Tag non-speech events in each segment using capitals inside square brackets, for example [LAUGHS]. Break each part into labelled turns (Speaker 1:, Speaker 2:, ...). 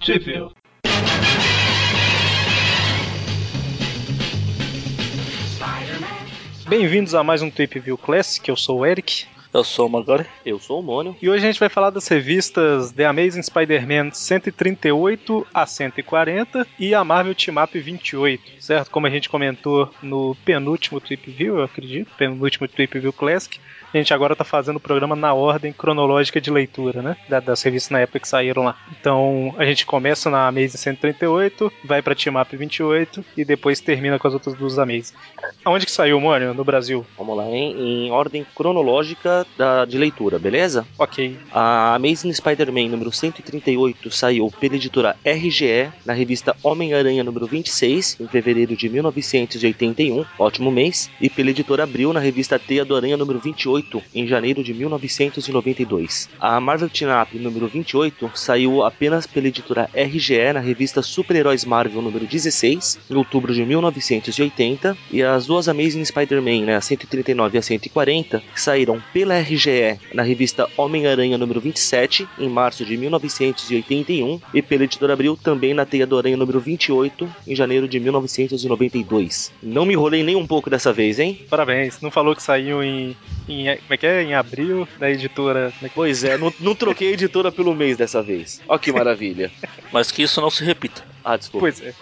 Speaker 1: Sheffield. Bem-vindos a mais um Trip View Classic, eu sou o Eric.
Speaker 2: Eu sou o Magari. Eu sou o Mônio.
Speaker 1: E hoje a gente vai falar das revistas The Amazing Spider-Man 138 a 140 e a Marvel Team Up 28, certo? Como a gente comentou no penúltimo Trip View, eu acredito, penúltimo Trip View Classic, a gente agora tá fazendo o programa na ordem cronológica de leitura, né? Da- Das revistas na época que saíram lá. Então a gente começa na Amazing 138, vai pra Team Up 28 e depois termina com as outras duas Amazing. Aonde que saiu, Mônio? No Brasil.
Speaker 2: Vamos lá, hein? Em ordem cronológica da, de leitura, beleza?
Speaker 1: Ok.
Speaker 2: A Amazing Spider-Man número 138 saiu pela editora RGE na revista Homem-Aranha número 26, em fevereiro de 1981, ótimo mês, e pela editora Abril na revista Teia do Aranha número 28, em janeiro de 1992. A Marvel Teen Up número 28 saiu apenas pela editora RGE na revista Super-Heróis Marvel número 16, em outubro de 1980, e as duas Amazing Spider-Man, né, a 139 e a 140, saíram pela RGE na revista Homem-Aranha número 27, em março de 1981, e pela editora Abril também na Teia do Aranha número 28, em janeiro de 1992. Não me enrolei nem um pouco dessa vez, hein?
Speaker 1: Parabéns, não falou que saiu em. em- como é que é? Em abril, da editora. como é que-
Speaker 2: Pois é, não, não troquei a editora pelo mês dessa vez. [LAUGHS] Ó que maravilha.
Speaker 3: Mas que isso não se repita.
Speaker 2: Ah, desculpa.
Speaker 1: Pois é.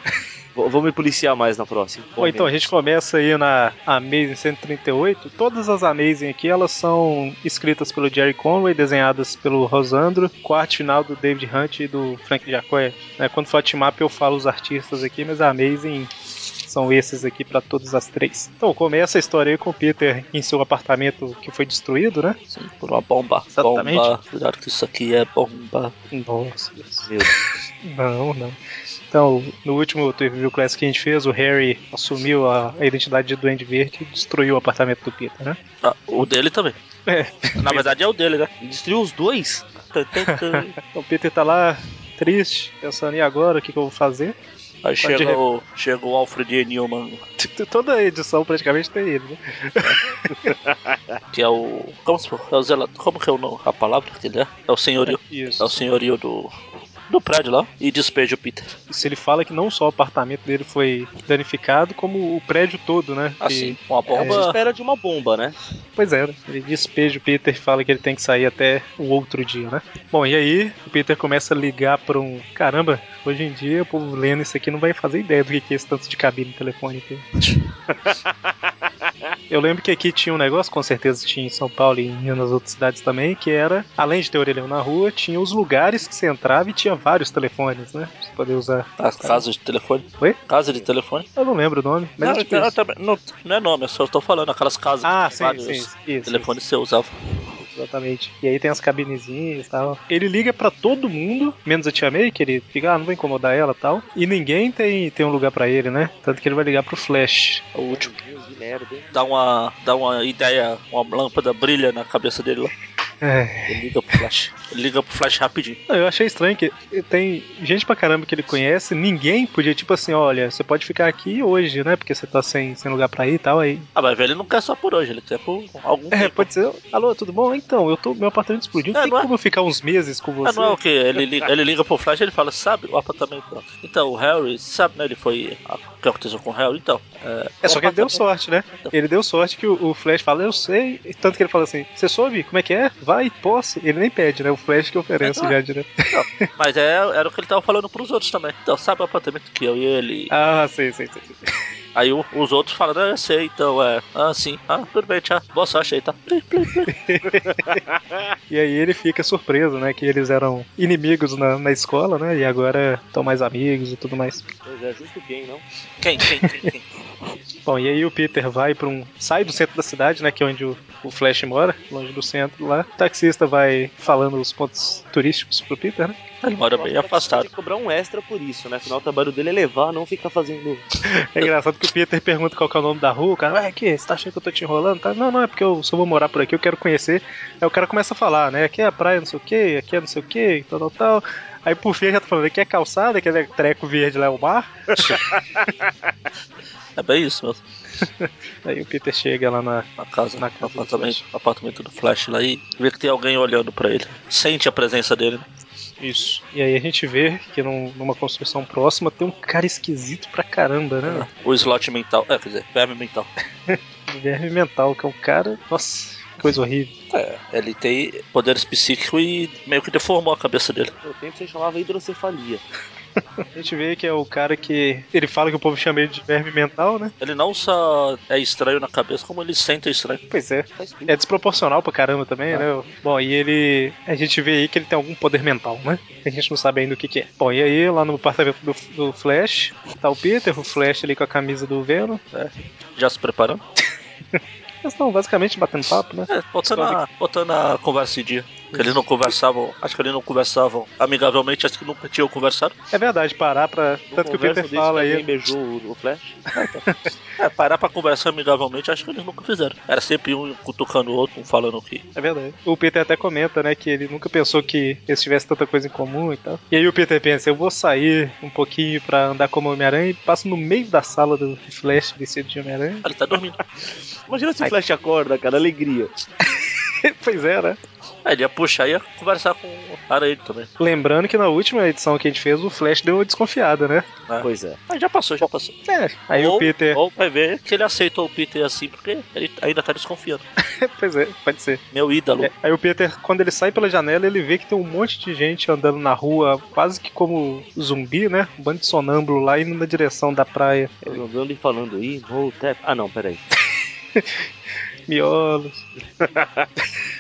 Speaker 2: Vou, vou me policiar mais na próxima.
Speaker 1: Bom, então a gente começa aí na Amazing 138. Todas as Amazing aqui elas são escritas pelo Jerry Conway, desenhadas pelo Rosandro, com a arte final do David Hunt e do Frank Jacoé. Né, quando for a team up eu falo os artistas aqui, mas a Amazing são esses aqui para todas as três. Então começa a história aí com o Peter em seu apartamento que foi destruído, né?
Speaker 3: Sim, por uma bomba.
Speaker 1: Exatamente.
Speaker 3: Bomba. Cuidado que isso aqui é bomba.
Speaker 1: Nossa, isso.
Speaker 2: Meu Deus.
Speaker 1: Não, não. Então, no último Trivia Classic que a gente fez, o Harry assumiu a, a identidade de Duende Verde e destruiu o apartamento do Peter, né?
Speaker 3: Ah, o dele também.
Speaker 1: É.
Speaker 3: Na verdade é o
Speaker 1: [LAUGHS]
Speaker 3: dele, né?
Speaker 2: Destruiu os dois?
Speaker 3: Tum, tum, tum.
Speaker 1: Então o Peter tá lá triste, pensando, e agora, o que, que eu vou fazer? [LAUGHS]
Speaker 3: Aí
Speaker 1: Pode
Speaker 3: chega
Speaker 1: re-
Speaker 3: o, chega o Alfred E. Newman,
Speaker 1: Toda edição praticamente tem ele, né?
Speaker 3: que é o. Como, se for? É o zela- como que é o nome- a palavra que ele é? É o senhorio. É o
Speaker 1: Isso.
Speaker 3: senhorio do. Do prédio lá. E despeja o Peter.
Speaker 1: Isso ele fala que não só o apartamento dele foi danificado, como o prédio todo, né? Que-
Speaker 3: Assim, uma
Speaker 2: Bomba.
Speaker 1: É,
Speaker 3: bomba.
Speaker 2: espera de uma bomba, né?
Speaker 1: Pois é, né? ele despeja o Peter e fala que ele tem que sair até o outro dia, né? Bom, e aí o Peter começa a ligar pra um. Caramba, hoje em dia o povo lendo isso aqui não vai fazer ideia do que que é esse tanto de cabine telefônica. [LAUGHS] Eu lembro que aqui tinha um negócio, com certeza tinha em São Paulo e em- nas outras cidades também, que era, além de ter orelhão na rua, tinha os lugares que você entrava e tinha vários telefones, né? Pra você poder usar.
Speaker 3: a casa de telefone.
Speaker 1: Oi?
Speaker 3: Casa de telefone.
Speaker 1: Eu não lembro o nome, mas
Speaker 3: não,
Speaker 1: é tipo
Speaker 3: não,
Speaker 1: isso.
Speaker 3: também- não, não é nome, eu só tô falando aquelas casas
Speaker 1: Ah,
Speaker 3: que tem
Speaker 1: sim,
Speaker 3: vários
Speaker 1: sim, isso, isso.
Speaker 3: telefones que você usava.
Speaker 1: Exatamente. E aí tem as cabinezinhas e tal. Ele liga pra todo mundo, menos a Tia May, que ele fica, ah, não vou incomodar ela e tal. E ninguém tem, tem um lugar pra ele, né? Tanto que ele vai ligar pro Flash.
Speaker 3: O último.
Speaker 2: Deus, que merda, hein?
Speaker 3: Dá uma, dá uma ideia, uma lâmpada brilha na cabeça dele lá.
Speaker 1: É.
Speaker 3: Ele liga pro Flash. Ele liga pro Flash rapidinho.
Speaker 1: Não, Eu achei estranho que tem gente pra caramba que ele conhece, ninguém podia, tipo assim, olha, você pode ficar aqui hoje, né? Porque você tá sem, sem lugar pra ir e tal. Aí. [LAUGHS]
Speaker 3: Ah, mas velho, ele não quer só por hoje, ele quer por algum
Speaker 1: É,
Speaker 3: tempo.
Speaker 1: pode ser. Alô, tudo bom? Então, eu tô. Meu apartamento explodiu,
Speaker 3: É,
Speaker 1: tem
Speaker 3: não é-
Speaker 1: como eu ficar uns meses com
Speaker 3: Ah,
Speaker 1: você?
Speaker 3: não é o que? Ele liga, ele liga pro Flash e ele fala, sabe, o apartamento. ó. Então, o Harry, sabe, né? Ele foi. ah, O que aconteceu com o Harry? Então.
Speaker 1: É só que ele deu
Speaker 3: só.
Speaker 1: sorte, né? Ele deu sorte que o, o Flash fala, eu sei. e Tanto que ele fala assim, você soube? Como é que é? Vai, posse. Ele nem pede, né? O Flash que oferece
Speaker 3: Ah.
Speaker 1: já direto.
Speaker 3: Mas é, era o que ele tava falando pros outros também. Então, sabe o apartamento que eu e ele.
Speaker 1: Ah, sei, sei, sei. sei.
Speaker 3: Aí o- os outros falam, ah, eu sei, então é. Ah, sim. Ah, tudo bem, tchau. Boa sorte aí, tá? Plim, plim, plim.
Speaker 1: E aí ele fica surpreso, né? Que eles eram inimigos na, na escola, né? E agora estão mais amigos e tudo mais.
Speaker 2: Pois é, justo quem, não?
Speaker 3: Quem, quem, quem,
Speaker 1: [LAUGHS]
Speaker 3: quem?
Speaker 1: Bom, e aí o Peter vai pra um. sai do centro da cidade, né? Que é onde o, o Flash mora, longe do centro lá. O taxista vai falando os pontos turísticos pro Peter, né?
Speaker 3: Ele
Speaker 2: Tá
Speaker 3: mora bem afastado.
Speaker 2: Tem que cobrar um extra por isso, né? Afinal, o trabalho dele é levar, não ficar fazendo.
Speaker 1: É engraçado que o Peter pergunta qual que é o nome da rua, o cara, ué, que, você tá achando que eu tô te enrolando? Tá, não, não, é porque eu só vou morar por aqui, eu quero conhecer. Aí o cara começa a falar, né, aqui é a praia, não sei o que, aqui é não sei o que, tal, tal, tal. Aí por fim ele já tá falando, aqui é calçada, aquele treco verde lá é o mar.
Speaker 3: É bem isso mesmo.
Speaker 1: Aí o Peter chega lá na...
Speaker 3: Na casa,
Speaker 1: Na
Speaker 3: na
Speaker 1: casa do
Speaker 3: apartamento, apartamento do Flash lá e vê que tem alguém olhando pra ele. Sente a presença dele, né?
Speaker 1: Isso. E aí a gente vê que num- numa construção próxima tem um cara esquisito pra caramba, né?
Speaker 3: O slot mental. É, quer dizer, verme mental.
Speaker 1: Guilherme Mental, que é um cara. Nossa, que coisa horrível.
Speaker 3: É, ele tem poderes psíquicos e meio que deformou a cabeça dele.
Speaker 2: No tempo você chamava hidrocefalia.
Speaker 1: A gente vê que é o cara que. Ele fala que o povo chama ele de verme mental, né?
Speaker 3: Ele não só é estranho na cabeça, como ele sente estranho.
Speaker 1: Pois é.
Speaker 2: Faz tudo.
Speaker 1: É desproporcional pra caramba também, né? Bom, e ele. A gente vê aí que ele tem algum poder mental, né? A gente não sabe ainda o que, que é. Bom, e aí lá no apartamento do, do Flash, tá o Peter, o Flash ali com a camisa do Venom.
Speaker 3: Já se preparando?
Speaker 1: Eles estão basicamente batendo papo, né?
Speaker 3: É, botando a, botando a conversa em dia. Que eles não conversavam, acho que eles não conversavam amigavelmente, acho que nunca tinham conversado.
Speaker 1: É verdade, parar pra.
Speaker 2: É,
Speaker 1: Tanto que o Peter fala
Speaker 2: aí.
Speaker 1: aí.
Speaker 2: beijou o- o Flash.
Speaker 3: É, parar pra conversar amigavelmente, acho que eles nunca fizeram. Era sempre um cutucando o outro, um falando que.
Speaker 1: É verdade. O Peter até comenta, né, que ele nunca pensou que eles tivessem tanta coisa em comum e tal. E aí o Peter pensa, eu vou sair um pouquinho pra andar como Homem-Aranha e passo no meio da sala do Flash vestido de Homem-Aranha. [LAUGHS]
Speaker 3: Ah, ele tá dormindo.
Speaker 2: Imagina se o Flash acorda, cara, alegria.
Speaker 1: pois é, né?
Speaker 3: Aí ele ia puxar e ia conversar com o Aranha também.
Speaker 1: Lembrando que na última edição que a gente fez, o Flash deu uma desconfiada, né?
Speaker 3: né?
Speaker 2: Pois é.
Speaker 3: Mas já passou, já passou.
Speaker 1: É, aí
Speaker 3: ou,
Speaker 1: o Peter...
Speaker 3: Ou vai ver que ele aceitou o Peter assim, porque ele ainda tá desconfiando.
Speaker 1: pois é, pode ser.
Speaker 3: Meu ídolo.
Speaker 1: É, aí o Peter, quando ele sai pela janela, ele vê que tem um monte de gente andando na rua, quase que como zumbi, né? Um bando de sonâmbulo lá indo na direção da praia.
Speaker 2: Eu andando e falando aí, vou tap. Ah não, peraí.
Speaker 1: Miolos. [LAUGHS]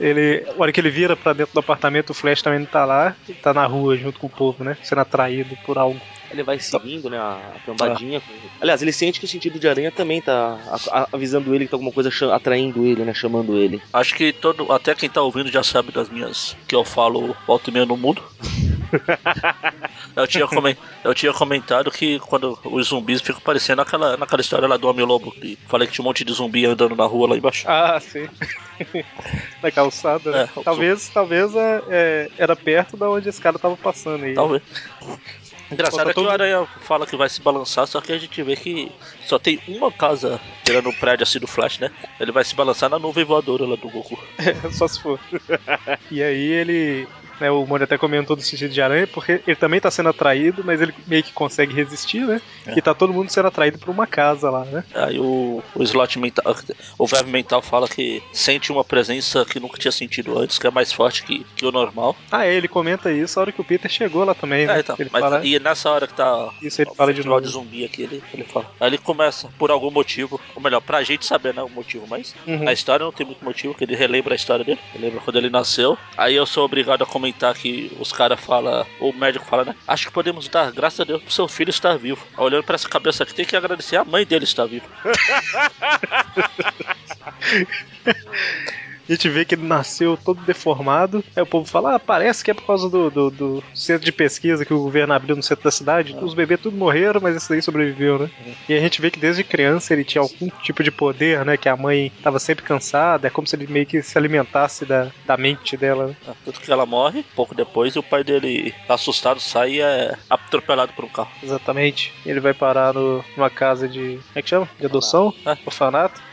Speaker 1: Ele, a hora que ele vira pra dentro do apartamento, o Flash também não tá lá, ele tá na rua junto com o povo, né? Sendo atraído por algo.
Speaker 2: Ele vai seguindo, né, a a cambadinha. Aliás, ele sente que o sentido de aranha também tá a- a- avisando ele que tá alguma coisa cha- atraindo ele, né, chamando ele.
Speaker 3: Acho que todo, até quem tá ouvindo já sabe das minhas que eu falo volta e meia
Speaker 1: [LAUGHS]
Speaker 3: no mundo. eu, tinha comen- eu tinha comentado que quando os zumbis ficam parecendo aquela, naquela história lá do Homem Lobo, que falei que tinha um monte de zumbi andando na rua lá embaixo.
Speaker 1: Ah, sim. na calçada, né?
Speaker 3: É,
Speaker 1: talvez, talvez é, é, era perto da onde esse cara tava passando aí.
Speaker 3: Talvez. [LAUGHS] Engraçado
Speaker 1: Falta
Speaker 3: é que o
Speaker 1: todo-
Speaker 3: Aranha fala que vai se balançar, só que a gente vê que só tem uma casa tirando o prédio assim do Flash, né? Ele vai se balançar na nuvem voadora lá do Goku.
Speaker 1: [LAUGHS] Só se for. e aí ele. Né, o Mônio até comentou do sentido de aranha, porque ele também tá sendo atraído, mas ele meio que consegue resistir, né?
Speaker 3: É.
Speaker 1: E tá todo mundo sendo atraído por uma casa lá, né?
Speaker 3: Aí o, o slot mental, o verbo mental fala que sente uma presença que nunca tinha sentido antes, que é mais forte que, que o normal.
Speaker 1: Ah, é, ele comenta isso a hora que o Peter chegou lá também, né?
Speaker 3: É, então,
Speaker 1: ele
Speaker 3: mas,
Speaker 1: fala,
Speaker 3: e nessa hora que tá
Speaker 1: Isso ele fala de
Speaker 3: festival
Speaker 1: novo.
Speaker 3: de zumbi aqui, ele, ele fala. Aí ele começa por algum motivo, ou melhor, pra gente saber, né, o motivo, mas
Speaker 1: Uhum.
Speaker 3: na história não tem muito motivo, que ele relembra a história dele, relembra quando ele nasceu. Aí eu sou obrigado a comentar que os caras falam, o médico fala, né, acho que podemos dar graças a Deus pro seu filho estar vivo. Aí Olhando pra essa cabeça aqui, tem que agradecer a mãe dele estar viva.
Speaker 1: A gente vê que ele nasceu todo deformado. Aí o povo fala: ah, parece que é por causa do, do, do centro de pesquisa que o governo abriu no centro da cidade. Os bebês tudo morreram, mas esse daí sobreviveu, né?
Speaker 3: É.
Speaker 1: E a gente vê que desde criança ele tinha algum tipo de poder, né? Que a mãe tava sempre cansada. É como se ele meio que se alimentasse da, da mente dela. né?
Speaker 3: É, Tanto que ela morre, pouco depois, e o pai dele, assustado, sai e é atropelado por um carro.
Speaker 1: Exatamente. Ele vai parar no, numa casa de. Como é que chama? De adoção?
Speaker 3: É.
Speaker 1: Orfanato.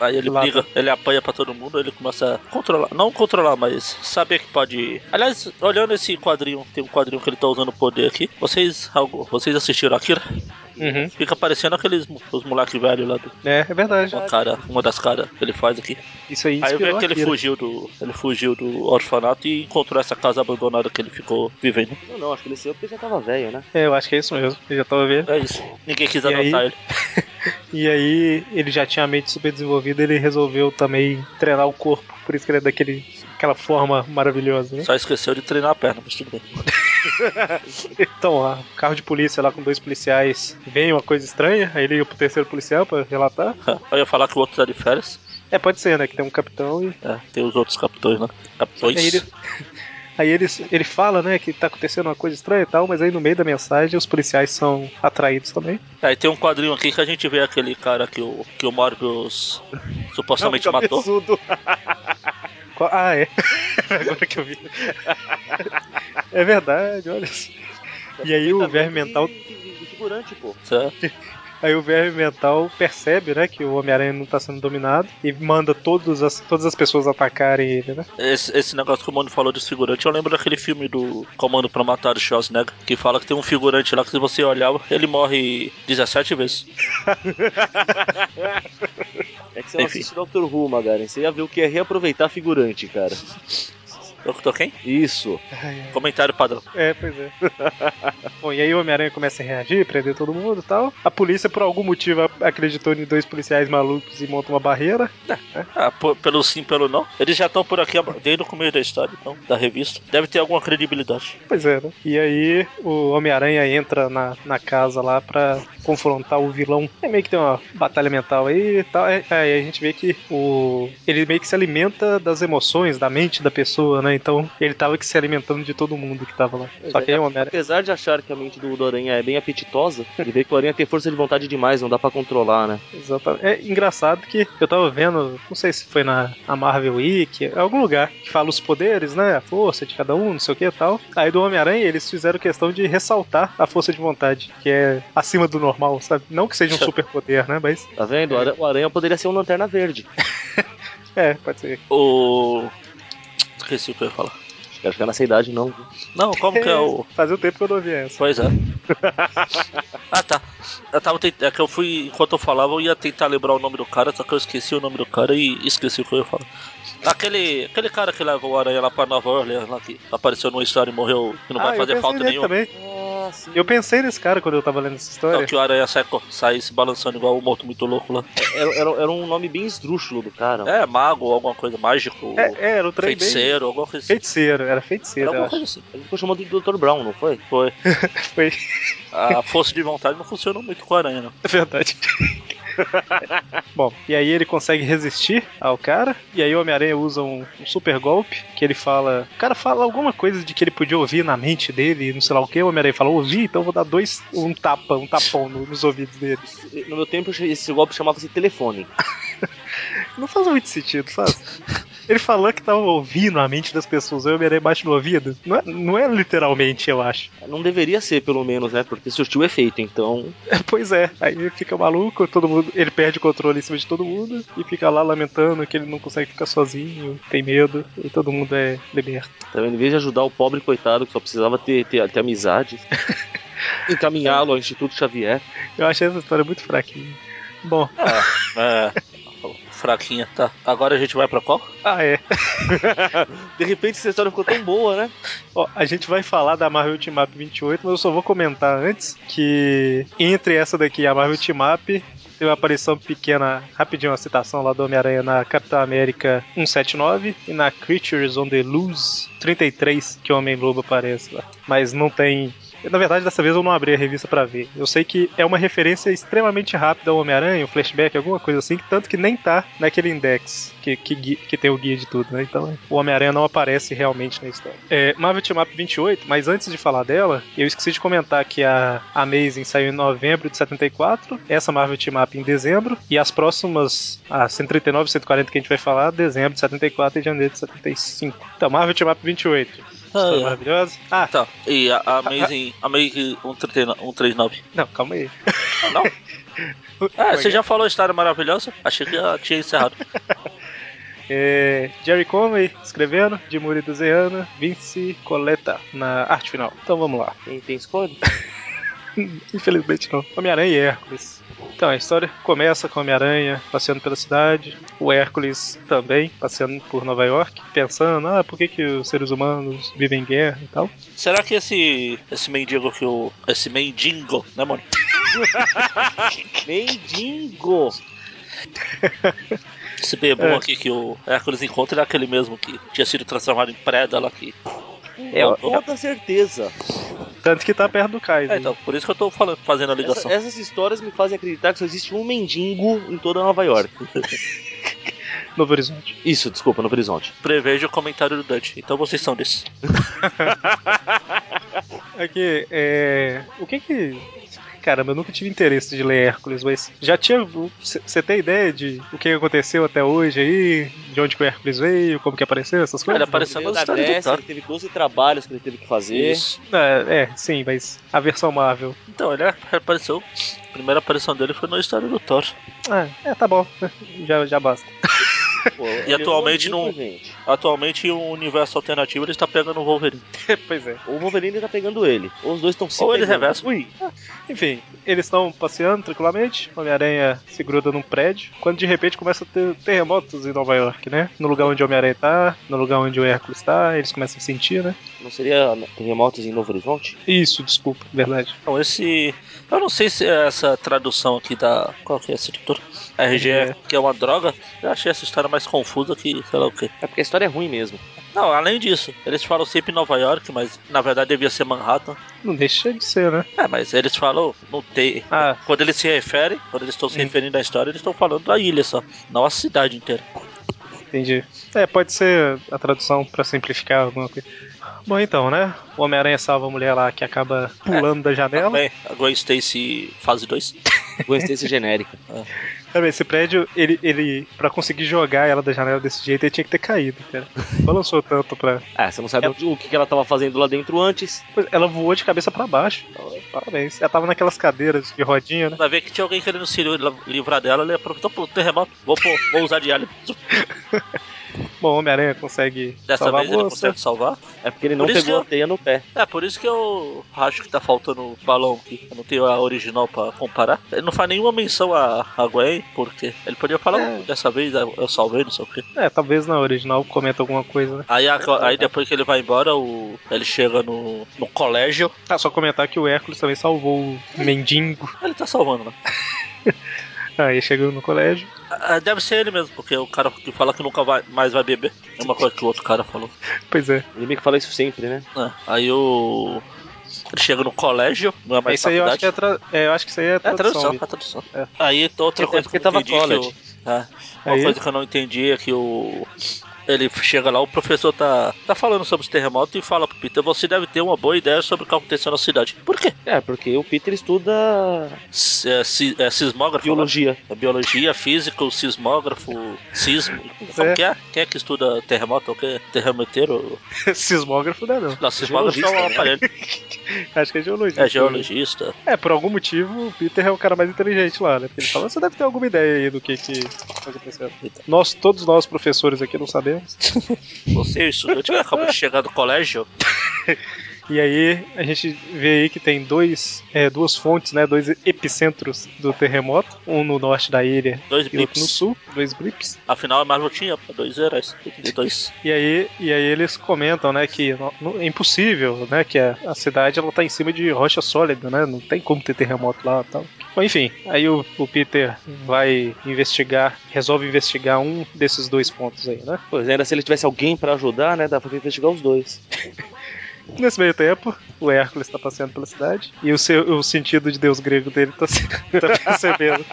Speaker 3: Aí ele
Speaker 1: Lá.
Speaker 3: briga, ele apanha pra todo mundo, ele começa a controlar, não controlar, mas saber que pode. Aliás, olhando esse quadrinho, tem um quadrinho que ele tá usando o poder aqui. Vocês, algo, vocês assistiram Akira?
Speaker 1: Uhum.
Speaker 3: Fica parecendo aqueles mo- os moleque velho lá, do,
Speaker 1: É, é verdade.
Speaker 3: uma cara, uma das caras que ele faz aqui.
Speaker 1: Isso aí
Speaker 3: Aí eu
Speaker 1: inspirou
Speaker 3: vejo que ele
Speaker 1: Akira.
Speaker 3: fugiu do, ele fugiu do orfanato e encontrou essa casa abandonada que ele ficou vivendo.
Speaker 2: Não, não, acho que ele saiu porque já tava velho, né?
Speaker 1: É, eu acho que é isso mesmo. Eu já tava vendo.
Speaker 3: É isso. Ninguém quis
Speaker 1: E aí?
Speaker 3: adotar ele.
Speaker 1: E aí, ele já tinha a mente super desenvolvida, ele resolveu também treinar o corpo, por isso que ele é daquele, aquela forma maravilhosa, né?
Speaker 3: Só esqueceu de treinar a perna, mas tudo bem. [LAUGHS]
Speaker 1: Então, ó, o carro de polícia lá com dois policiais, vem uma coisa estranha, aí ele liga pro terceiro policial pra relatar.
Speaker 3: Aí eu ia falar que o outro tá de férias.
Speaker 1: É, pode ser, né, que tem um capitão e...
Speaker 3: É, tem os outros capitões, né? Capitões.
Speaker 1: Aí ele, [LAUGHS] aí ele, ele fala, né, que tá acontecendo uma coisa estranha e tal, mas aí no meio da mensagem os policiais são atraídos também.
Speaker 3: Aí tem um quadrinho aqui que a gente vê aquele cara que o, que o Morbius supostamente
Speaker 1: Não,
Speaker 3: matou.
Speaker 1: É um cabeçudo. Qual- ah, é. [LAUGHS] Agora que eu vi. É
Speaker 2: Tá
Speaker 1: verdade, olha só. E aí o verme mental
Speaker 2: De, de- de figurante, pô.
Speaker 3: certo?
Speaker 1: Aí o verme mental percebe, né, que o Homem-Aranha não tá sendo dominado e manda todos as, todas as pessoas atacarem ele, né?
Speaker 3: Esse, esse negócio que o Mano falou dos figurantes, eu lembro daquele filme do Comando pra Matar o Schwarzenegger, que fala que tem um figurante lá que se você olhar, ele morre 17 vezes.
Speaker 2: É que você não
Speaker 3: Enfim.
Speaker 2: assiste Doctor Who, Magaren. Você ia ver o que é reaproveitar figurante, cara.
Speaker 3: Doctor quem?
Speaker 2: Isso.
Speaker 1: Ai, ai.
Speaker 3: Comentário padrão.
Speaker 1: É, pois é. [LAUGHS] Bom, e aí o Homem-Aranha começa a reagir, prender todo mundo e tal. A polícia, por algum motivo, a- acreditou em dois policiais malucos e monta uma barreira.
Speaker 3: Ah, pô, pelo sim, pelo não. Eles já estão por aqui desde o começo da história, então, da revista. Deve ter alguma credibilidade.
Speaker 1: Pois é, né? E aí o Homem-Aranha entra na, na casa lá pra confrontar o vilão. É meio que tem uma batalha mental aí e tal. É, Aí a gente vê que o. Ele meio que se alimenta das emoções, da mente da pessoa, né? Então ele tava que se alimentando de todo mundo que tava lá. Só que aí o Homem-Aranha.
Speaker 2: Apesar de achar que a mente do do Aranha é bem apetitosa, ele vê que o Aranha tem força de vontade demais, não dá pra controlar, né?
Speaker 1: Exatamente. É engraçado que eu tava vendo, não sei se foi na a Marvel Week, em algum lugar, que fala os poderes, né? A força de cada um, não sei o que e tal. Aí do Homem-Aranha eles fizeram questão de ressaltar a força de vontade, que é acima do normal, sabe? Não que
Speaker 3: [LAUGHS]
Speaker 1: seja um superpoder, né? Mas
Speaker 2: Tá vendo? O Ara- O Aranha poderia ser um Lanterna Verde.
Speaker 1: é, pode ser.
Speaker 3: O. Esqueci o que eu ia falar.
Speaker 2: Quero ficar nessa idade, não.
Speaker 3: Não,
Speaker 1: [LAUGHS]
Speaker 3: como que é o.
Speaker 1: Fazia o tempo que eu não via essa.
Speaker 3: Pois é. ah tá. Eu tava tentando. É que eu fui. Enquanto eu falava, eu ia tentar lembrar o nome do cara, só que eu esqueci o nome do cara e esqueci o que eu ia falar. Aquele, aquele cara que levou o aranha lá pra Nova Orleans, lá que apareceu numa história e morreu, que não
Speaker 1: Ah,
Speaker 3: vai
Speaker 1: eu
Speaker 3: fazer
Speaker 1: pensei
Speaker 3: falta
Speaker 1: nele
Speaker 3: nenhuma.
Speaker 1: Também.
Speaker 2: Nossa.
Speaker 1: Eu pensei nesse cara quando eu tava lendo essa
Speaker 3: Não,
Speaker 1: história.
Speaker 3: que o aranha sai, co- sai se balançando igual o morto muito louco lá.
Speaker 2: Era, era- era um nome bem esdrúxulo do cara.
Speaker 3: É, mago, alguma coisa, mágico,
Speaker 1: É, é, era o trem bem-
Speaker 3: feiticeiro, alguma coisa assim.
Speaker 1: Feiticeiro, era
Speaker 3: Era
Speaker 1: feiticeiro. eu
Speaker 3: alguma
Speaker 1: acho.
Speaker 3: coisa assim.
Speaker 2: Ele ficou chamando de Dr. Brown, não foi?
Speaker 3: Foi.
Speaker 1: Foi, [LAUGHS]
Speaker 3: A força de vontade não funcionou muito com o aranha, não.
Speaker 1: é verdade. [LAUGHS] Bom, e aí ele consegue resistir ao cara, e aí o Homem-Aranha usa um, um super golpe, que ele fala. O cara fala alguma coisa de que ele podia ouvir na mente dele, não sei lá o que, o Homem-Aranha fala, ouvi, então eu vou dar dois, um tapa, um tapão no- nos ouvidos dele.
Speaker 2: No meu tempo, esse golpe chamava-se telefone.
Speaker 1: Não faz muito sentido, [LAUGHS] faz. Ele falou que tava ouvindo a mente das pessoas, aí o Homem-Aranha bate no ouvido. Não é, não é literalmente, eu acho.
Speaker 2: Não deveria ser, pelo menos, né? Porque surtiu efeito, então.
Speaker 1: Pois é, aí ele fica maluco, todo mundo, ele perde o controle em cima de todo mundo e fica lá lamentando que ele não consegue ficar sozinho, tem medo, e todo mundo é liberto.
Speaker 2: Então, em vez de ajudar o pobre coitado que só precisava ter, ter, ter [LAUGHS] amizade, encaminhá-lo ao Instituto Xavier.
Speaker 1: Eu achei essa história muito fraquinha. Bom,
Speaker 3: É. Fraquinha, tá. Agora a gente vai pra qual?
Speaker 1: ah é.
Speaker 2: De repente, essa história ficou tão boa, né?
Speaker 1: Ó, a gente vai falar da Marvel Team Up 28, mas eu só vou comentar antes que entre essa daqui e a Marvel Team Up teve uma aparição pequena, rapidinho uma citação lá do Homem-Aranha na Capitão América 179 e na Creatures on the Loose 33 que o Homem-Lobo aparece lá. Mas não tem... Na verdade, dessa vez eu não abri a revista pra ver. Eu sei que é uma referência extremamente rápida ao Homem-Aranha, um flashback, alguma coisa assim, que tanto que nem tá naquele index que, que, gui- que tem o guia de tudo, né? Então o Homem-Aranha não aparece realmente na história. É, Marvel Team Up 28, mas antes de falar dela, eu esqueci de comentar que a Amazing saiu em novembro de 74, essa Marvel Team Up em dezembro, e as próximas, a 139 e 140 que a gente vai falar, dezembro de 74 e janeiro de 75. Então, Marvel Team Up 28. História
Speaker 3: Ah,
Speaker 1: maravilhosa. Ah, é.
Speaker 3: Tá, e a, a Amazing, a um Amazing 139, 139.
Speaker 1: não, calma [LAUGHS] aí.
Speaker 3: Não? Ah,
Speaker 1: Como
Speaker 3: você
Speaker 1: é que
Speaker 3: já falou história maravilhosa? Achei que já tinha
Speaker 1: [LAUGHS]
Speaker 3: encerrado.
Speaker 1: É, Jerry Conway escrevendo, Dimuri Duzeana, Vince Coleta na arte final. Então vamos lá.
Speaker 2: Quem tem escolha?
Speaker 1: Infelizmente não. Homem-Aranha e Hércules. Então a história começa com o Homem-Aranha passeando pela cidade, o Hércules também passeando por Nova York, pensando, ah, por que, que os seres humanos vivem em guerra e tal.
Speaker 3: Será que esse, esse mendigo que o. Esse mendigo, né, mano?
Speaker 2: Mendigo!
Speaker 3: Esse bebum
Speaker 1: É.
Speaker 3: aqui que o Hércules encontra é aquele mesmo que tinha sido transformado em preda lá aqui.
Speaker 2: É, com toda certeza.
Speaker 1: Tanto que tá perto do Kaiser.
Speaker 3: É, então, por isso que eu tô falando, fazendo a
Speaker 2: Essa-
Speaker 3: ligação.
Speaker 1: é-
Speaker 2: essas histórias me fazem acreditar que só existe um mendigo em toda Nova York.
Speaker 1: Novo Horizonte.
Speaker 2: Isso, desculpa, no Horizonte.
Speaker 3: Prevejo o comentário do Dante. Então vocês são desses.
Speaker 1: Aqui, é. O que que. Caramba, eu nunca tive interesse de ler Hércules, mas já tinha. Você tem ideia de o que aconteceu até hoje aí? De onde que o Hércules veio, como que apareceu, essas coisas?
Speaker 3: Ele apareceu
Speaker 2: Ele
Speaker 3: nas
Speaker 2: veio da
Speaker 3: histórias do
Speaker 2: Grécia,
Speaker 3: Thor.
Speaker 2: ele teve 12 trabalhos que ele teve que fazer.
Speaker 3: Isso.
Speaker 1: É, é, sim, mas a versão Marvel.
Speaker 3: Então, ele apareceu. A primeira aparição dele foi na história do Thor.
Speaker 1: Ah, é, tá bom. Já, já basta.
Speaker 2: Pô,
Speaker 3: E
Speaker 2: ele
Speaker 3: atualmente
Speaker 2: é um
Speaker 3: não-
Speaker 2: Gente.
Speaker 3: Atualmente, o universo alternativo ele está pegando o Wolverine.
Speaker 1: pois é.
Speaker 2: O Wolverine tá pegando ele. Ou Os dois estão se
Speaker 3: Ou eles
Speaker 2: pegando.
Speaker 3: reversam.
Speaker 1: Enfim, eles estão passeando tranquilamente, Homem-Aranha se gruda num prédio, quando de repente começa a ter terremotos em Nova York, né? No lugar onde o Homem-Aranha tá, no lugar onde o Hércules tá, eles começam a sentir, né?
Speaker 2: Não seria terremotos em Novo Horizonte?
Speaker 1: Isso, desculpa, verdade.
Speaker 3: Então, esse. Eu não sei se é essa tradução aqui da. Qual que é essa editora? RG,
Speaker 1: É.
Speaker 3: que é uma droga. Eu achei essa história mais confusa que sei lá o quê.
Speaker 2: É porque a história é ruim mesmo.
Speaker 3: Não, além disso, eles falam sempre Nova York, mas na verdade devia ser Manhattan.
Speaker 1: Não deixa de ser, né?
Speaker 3: É, mas eles falam. Não tem.
Speaker 1: Ah,
Speaker 3: Quando eles se referem, quando eles estão se
Speaker 1: Hum.
Speaker 3: referindo à história, eles estão falando da ilha só, não a cidade inteira.
Speaker 1: entendi. É, pode ser a tradução pra simplificar alguma coisa. Bom, então, né? O Homem-Aranha salva a mulher lá que acaba pulando da janela.
Speaker 3: Também, Tá a Gwen Stacy fase 2.
Speaker 2: Coincidência genérica.
Speaker 1: Cara, esse prédio, ele, ele, pra conseguir jogar ela da janela desse jeito, ele tinha que ter caído, cara. Balançou tanto pra.
Speaker 2: Ah, você não sabe
Speaker 1: É.
Speaker 2: o que- o que que ela tava fazendo lá dentro antes.
Speaker 1: Pois, Ela voou de cabeça pra baixo. Parabéns. Ela tava naquelas cadeiras de rodinha, né?
Speaker 3: Pra ver que tinha alguém querendo se li- livrar dela, ele aproveitou pro terremoto. Vou, pô, vou usar de alho.
Speaker 1: Bom, o Homem-Aranha consegue
Speaker 3: Dessa
Speaker 1: salvar
Speaker 3: vez
Speaker 1: a
Speaker 3: ele
Speaker 1: moça.
Speaker 3: consegue salvar.
Speaker 2: É porque ele não
Speaker 3: Por isso que
Speaker 2: pegou
Speaker 3: eu-
Speaker 2: a teia no pé.
Speaker 3: É, por isso que eu acho que tá faltando o balão aqui. Eu não tenho a original pra comparar. Ele não faz nenhuma menção a, a Gwen, porque ele podia falar,
Speaker 1: É.
Speaker 3: "Oh, dessa vez eu eu salvei, não sei o quê.
Speaker 1: É, talvez na original comenta alguma coisa, né?
Speaker 3: Aí, agora- aí depois que ele vai embora, o, ele chega no, no colégio,
Speaker 1: Ah, só comentar que o Hércules também salvou o mendigo.
Speaker 3: ele tá salvando, né?
Speaker 1: Aí chegou no colégio.
Speaker 3: Ah, Deve ser ele mesmo, porque o cara que fala que nunca vai, mais vai beber é uma coisa que o outro cara falou.
Speaker 1: Pois é.
Speaker 2: Ele meio que fala isso sempre, né?
Speaker 3: É, aí o. Ele chega no colégio, não é mais
Speaker 1: isso aí eu acho que é, tra... é, eu acho que isso aí é
Speaker 3: É a
Speaker 1: tradução.
Speaker 3: tradução, é
Speaker 1: Vitor.
Speaker 3: a tradução.
Speaker 1: É.
Speaker 3: Aí t- outra
Speaker 2: É
Speaker 3: coisa
Speaker 2: porque
Speaker 3: que eu não
Speaker 2: tava
Speaker 3: entendi que eu,
Speaker 2: college.
Speaker 3: é, Uma
Speaker 1: Aí?
Speaker 3: coisa que eu não entendi é que o. Ele chega lá, o professor tá, tá falando sobre os terremotos e fala pro Peter, você deve ter uma boa ideia sobre o que aconteceu na cidade. Por quê?
Speaker 2: É, porque o Peter estuda
Speaker 3: S- é, si- é sismógrafo?
Speaker 2: biologia.
Speaker 3: né? É biologia, física, o sismógrafo,
Speaker 2: [LAUGHS]
Speaker 3: sismo.
Speaker 1: Pois
Speaker 3: Como
Speaker 1: é.
Speaker 3: que é? Quem é que estuda terremoto? O que? Terremoteiro?
Speaker 1: [LAUGHS] Sismógrafo não é não.
Speaker 3: Não, sismógrafo é um
Speaker 2: Geologista, né?
Speaker 3: aparelho.
Speaker 1: Acho que é geologista.
Speaker 3: É geologista.
Speaker 1: É, por algum motivo, o Peter é o cara mais inteligente lá, né? Porque ele fala, você deve ter alguma ideia aí do que que tá acontecendo. Nós, todos nós professores aqui não sabemos.
Speaker 3: Você, estudante que acabou de chegar do colégio,
Speaker 1: E aí a gente vê aí que tem dois, é, duas fontes, né? Dois epicentros do terremoto. Um no norte da ilha
Speaker 3: dois
Speaker 1: e outro no
Speaker 3: bips.
Speaker 1: sul, dois blips.
Speaker 3: Afinal, a Marvel tinha dois heróis. Dois.
Speaker 1: E aí, e aí eles comentam, né, que no- no- é impossível, né, que a, a cidade ela tá em cima de rocha sólida, né, não tem como ter terremoto lá e tal. Bom, enfim, aí o, o Peter vai investigar, resolve investigar um desses dois pontos aí, né.
Speaker 2: Pois é, ainda se ele tivesse alguém pra ajudar, né? Dava pra investigar os dois.
Speaker 1: Nesse meio tempo, o Hércules tá passeando pela cidade e o, seu, o sentido de deus grego dele tá, se- [LAUGHS] tá percebendo.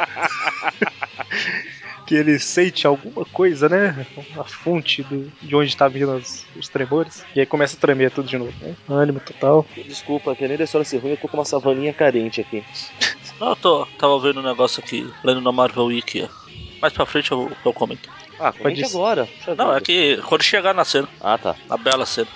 Speaker 1: que ele sente alguma coisa, né? A fonte do, de onde tá vindo os, os tremores. E aí começa a tremer tudo de novo, né? Ânimo total.
Speaker 2: Desculpa, que além da história ser ruim, eu tô com uma savaninha carente aqui.
Speaker 3: Não, eu tô, tava vendo um negócio aqui, lendo na Marvel Wiki. Mais pra frente eu, eu comento.
Speaker 2: Ah, comente
Speaker 1: Pode-
Speaker 2: agora. Puxa
Speaker 3: Não,
Speaker 2: vida.
Speaker 3: é que quando chegar na cena,
Speaker 2: Ah, tá.
Speaker 3: na bela cena.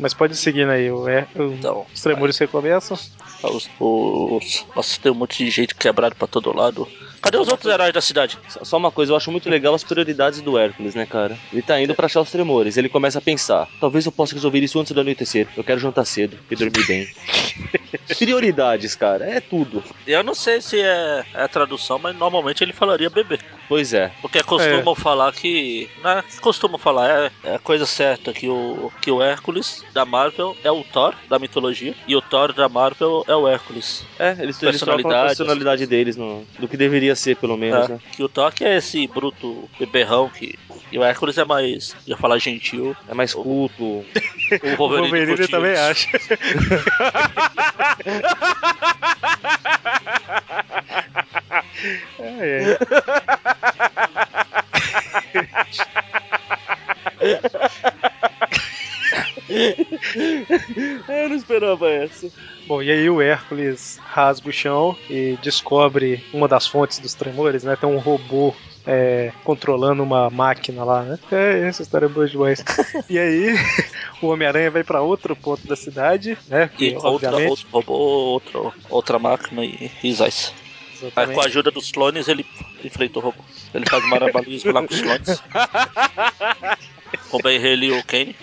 Speaker 1: Mas pode seguir aí, o Her- o-
Speaker 3: Então,
Speaker 1: os tremores recomeçam.
Speaker 3: os, os, nossa, tem um monte de gente quebrado pra todo lado. Cadê os outros heróis da cidade?
Speaker 2: Só- Só uma coisa, eu acho muito legal as prioridades do Hércules, né, cara? Ele tá indo pra achar os tremores, ele começa a pensar: talvez eu possa resolver isso antes do anoitecer. Eu quero jantar cedo e dormir bem. [LAUGHS] prioridades, cara, é tudo.
Speaker 3: Eu não sei se é, é a tradução, mas normalmente ele falaria bebê.
Speaker 2: Pois é.
Speaker 3: Porque costumam falar que. Né, costumam falar, é, é a coisa certa que o, que o Hércules da Marvel é o Thor da mitologia e o Thor da Marvel é o Hércules.
Speaker 2: É, eles eles trocam a
Speaker 3: Personalidades.
Speaker 2: personalidade deles no, do que deveria ser, pelo menos,
Speaker 3: tá?
Speaker 2: né?
Speaker 3: Que o Thor que é esse bruto beberrão que. E o Hércules é mais. ia falar
Speaker 1: [LAUGHS]
Speaker 3: gentil.
Speaker 2: É mais culto.
Speaker 3: O
Speaker 1: O Wolverine
Speaker 3: curtiu
Speaker 1: também
Speaker 3: isso.
Speaker 1: [LAUGHS] acha. É, é.
Speaker 2: [LAUGHS] Eu não esperava essa.
Speaker 1: Bom, e aí o Hércules rasga o chão e descobre uma das fontes dos tremores, né? Tem um robô é, controlando uma máquina lá, né? É, essa história é boa demais. e aí, [LAUGHS] o Homem-Aranha vai pra outro ponto da cidade, né? Que,
Speaker 3: E outra,
Speaker 1: obviamente,
Speaker 3: outro robô, outro, outra máquina e risais. Aí com a ajuda dos clones ele enfrenta o robô. Ele faz um marabalismo lá com os clones. Com o Ben Haley e o Kane.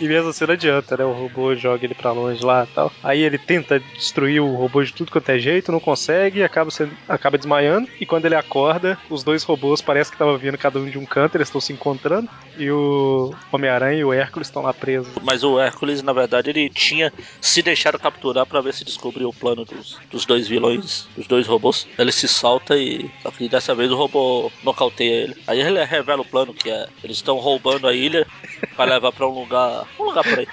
Speaker 1: E mesmo assim não adianta, né? O robô joga ele pra longe lá e tal. Aí ele tenta destruir o robô de tudo quanto é jeito, não consegue, acaba, sendo, acaba desmaiando. E quando ele acorda, os dois robôs parecem que estavam vindo cada um de um canto, eles estão se encontrando. E o Homem-Aranha e o Hércules estão lá presos.
Speaker 3: Mas o Hércules, na verdade, ele tinha se deixado capturar pra ver se descobriu o plano dos, dos dois vilões, dos dois robôs. Ele se salta e. Só que dessa vez o robô nocauteia ele. Aí ele revela o plano que é. Eles estão roubando a ilha pra levar pra um lugar. Um lugar por aí.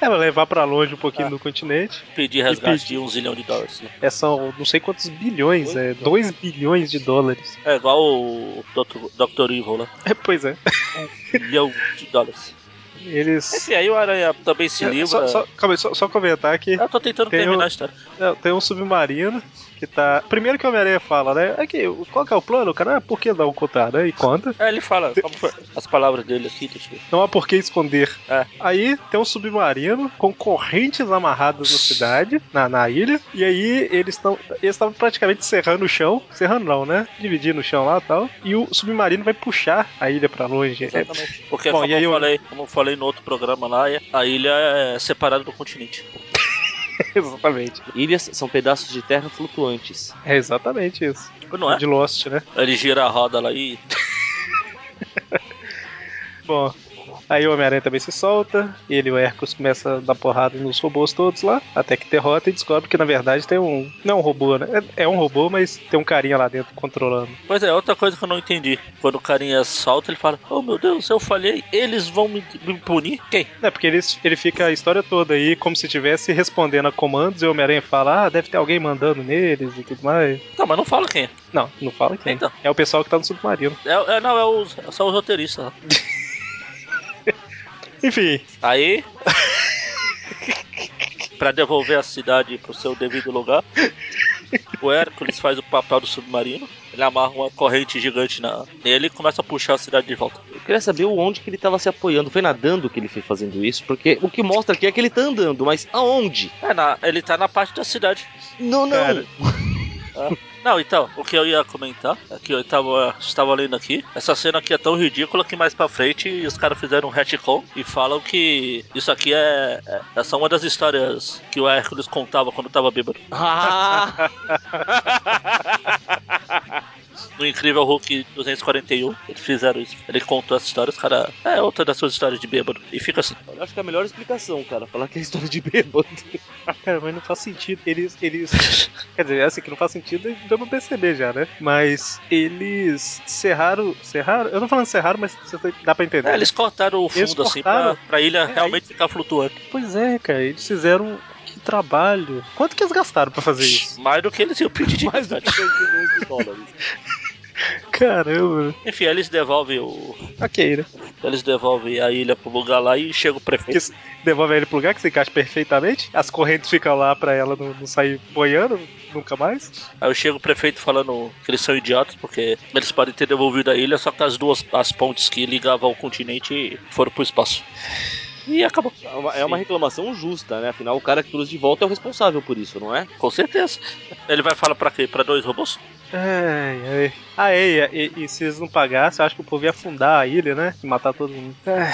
Speaker 1: Ela levar pra longe um pouquinho do continente.
Speaker 3: Pedir resgate de um zilhão de dólares. né?
Speaker 1: É, são não sei quantos bilhões, é 2 bilhões de dólares. [LAUGHS]
Speaker 3: É igual o Dr. Dr. Evil lá.
Speaker 1: É, pois é.
Speaker 3: Bilhão de dólares.
Speaker 1: Eles.
Speaker 3: Esse aí o Aranha também se livra.
Speaker 1: É, Só, só, calma aí, só, só comentar que
Speaker 3: Eu tô tentando
Speaker 1: Tem
Speaker 3: terminar
Speaker 1: o-
Speaker 3: a história.
Speaker 1: Não, tem um submarino que tá. Primeiro que o Homem-Aranha fala, né? É que, qual que é o plano? O cara, ah, por que não contar, né? E conta.
Speaker 3: É, ele fala como foi, as palavras dele aqui, deixa eu ver.
Speaker 1: Não há por que esconder.
Speaker 3: É.
Speaker 1: Aí tem um submarino com correntes amarradas na cidade, na, na ilha. E aí eles estão. Eles estavam praticamente serrando o chão. Serrando não, né? Dividindo o chão lá e tal. E o submarino vai puxar a ilha pra longe. [LAUGHS] É,
Speaker 3: Exatamente. Porque,
Speaker 1: Bom,
Speaker 3: como,
Speaker 1: e aí
Speaker 3: eu
Speaker 1: eu-
Speaker 3: falei, como eu falei no outro programa lá, a ilha é separada do continente.
Speaker 1: exatamente.
Speaker 2: Ilhas são pedaços de terra flutuantes.
Speaker 1: É exatamente isso.
Speaker 3: Não é?
Speaker 1: De Lost, né?
Speaker 3: Ele gira a roda lá e.
Speaker 1: Bom, aí o Homem-Aranha também se solta, ele e o Hércules começa a dar porrada nos robôs todos lá, até que derrota e descobre que na verdade tem um. Não é um robô, né? É é um robô, mas tem um carinha lá dentro controlando.
Speaker 3: Pois é, outra coisa que eu não entendi. Quando o carinha salta, ele fala: Oh meu Deus, eu falhei, eles vão me, me punir? Quem?
Speaker 1: É, porque ele, ele fica a história toda aí como se estivesse respondendo a comandos e o Homem-Aranha fala, ah, deve ter alguém mandando neles e tudo mais.
Speaker 3: Não, mas não fala quem. é.
Speaker 1: Não, não fala quem.
Speaker 3: Então.
Speaker 1: É o pessoal que tá no submarino.
Speaker 3: É, é, não, é os, são os roteiristas. lá.
Speaker 1: Enfim, [LAUGHS]
Speaker 3: Aí. pra devolver a cidade pro seu devido lugar, o Hércules faz o papel do submarino. Ele amarra uma corrente gigante na, nele e começa a puxar a cidade de volta.
Speaker 2: Eu queria saber onde que ele tava se apoiando. Foi nadando que ele foi fazendo isso, porque o que mostra aqui é que ele tá andando, mas aonde?
Speaker 3: É, na- ele tá na parte da cidade.
Speaker 2: Não, não.
Speaker 1: Cara.
Speaker 3: Não, então, o que eu ia comentar é que eu tava, estava lendo aqui. Essa cena aqui é tão ridícula que mais pra frente os caras fizeram um retcon e falam que isso aqui é, é, é só uma das histórias que o Hércules contava quando tava bêbado.
Speaker 2: Ah,
Speaker 3: No Incrível Hulk 241, eles fizeram isso. Ele contou essa história, os caras. É outra das suas histórias de bêbado. E fica assim.
Speaker 2: [LAUGHS] eu acho que é a melhor explicação, cara, falar que é história de bêbado.
Speaker 1: ah, cara, mas não faz sentido. Eles. eles Quer dizer, assim que não faz sentido, deu pra perceber já, né? Mas eles serraram. Serraram? Eu não falando serraram, mas você tá- dá pra entender.
Speaker 3: É, eles cortaram o
Speaker 1: Eles
Speaker 3: fundo assim pra,
Speaker 1: cortaram?
Speaker 3: pra ilha
Speaker 1: aí-
Speaker 3: realmente ficar flutuando.
Speaker 1: Pois é, cara, eles fizeram. Que trabalho. Quanto que eles gastaram pra fazer [LAUGHS] isso?
Speaker 3: Mais do que eles iam pedir de
Speaker 2: [LAUGHS] [LAUGHS] Mais do que 2 milhões de dólares.
Speaker 1: Caramba.
Speaker 3: Enfim, aí eles devolvem o.
Speaker 1: Ok, né?
Speaker 3: Eles devolvem a ilha pro lugar lá e chega o prefeito.
Speaker 1: Porque se devolve ele pro lugar que se encaixa perfeitamente. As correntes ficam lá pra ela não, não sair boiando nunca mais.
Speaker 3: Aí eu chego o prefeito falando que eles são idiotas, porque eles podem ter devolvido a ilha, só que as duas as pontes que ligavam o continente foram pro espaço. E acabou.
Speaker 2: É uma, é uma reclamação justa, né? Afinal, o cara que trouxe de volta é o responsável por isso, não é?
Speaker 3: Com certeza. Ele vai falar pra quê? Pra dois robôs?
Speaker 1: Ai, ai. Ah, é, e, e- e se eles não pagassem, eu acho que o povo ia afundar a ilha, né? E matar todo mundo. Ah,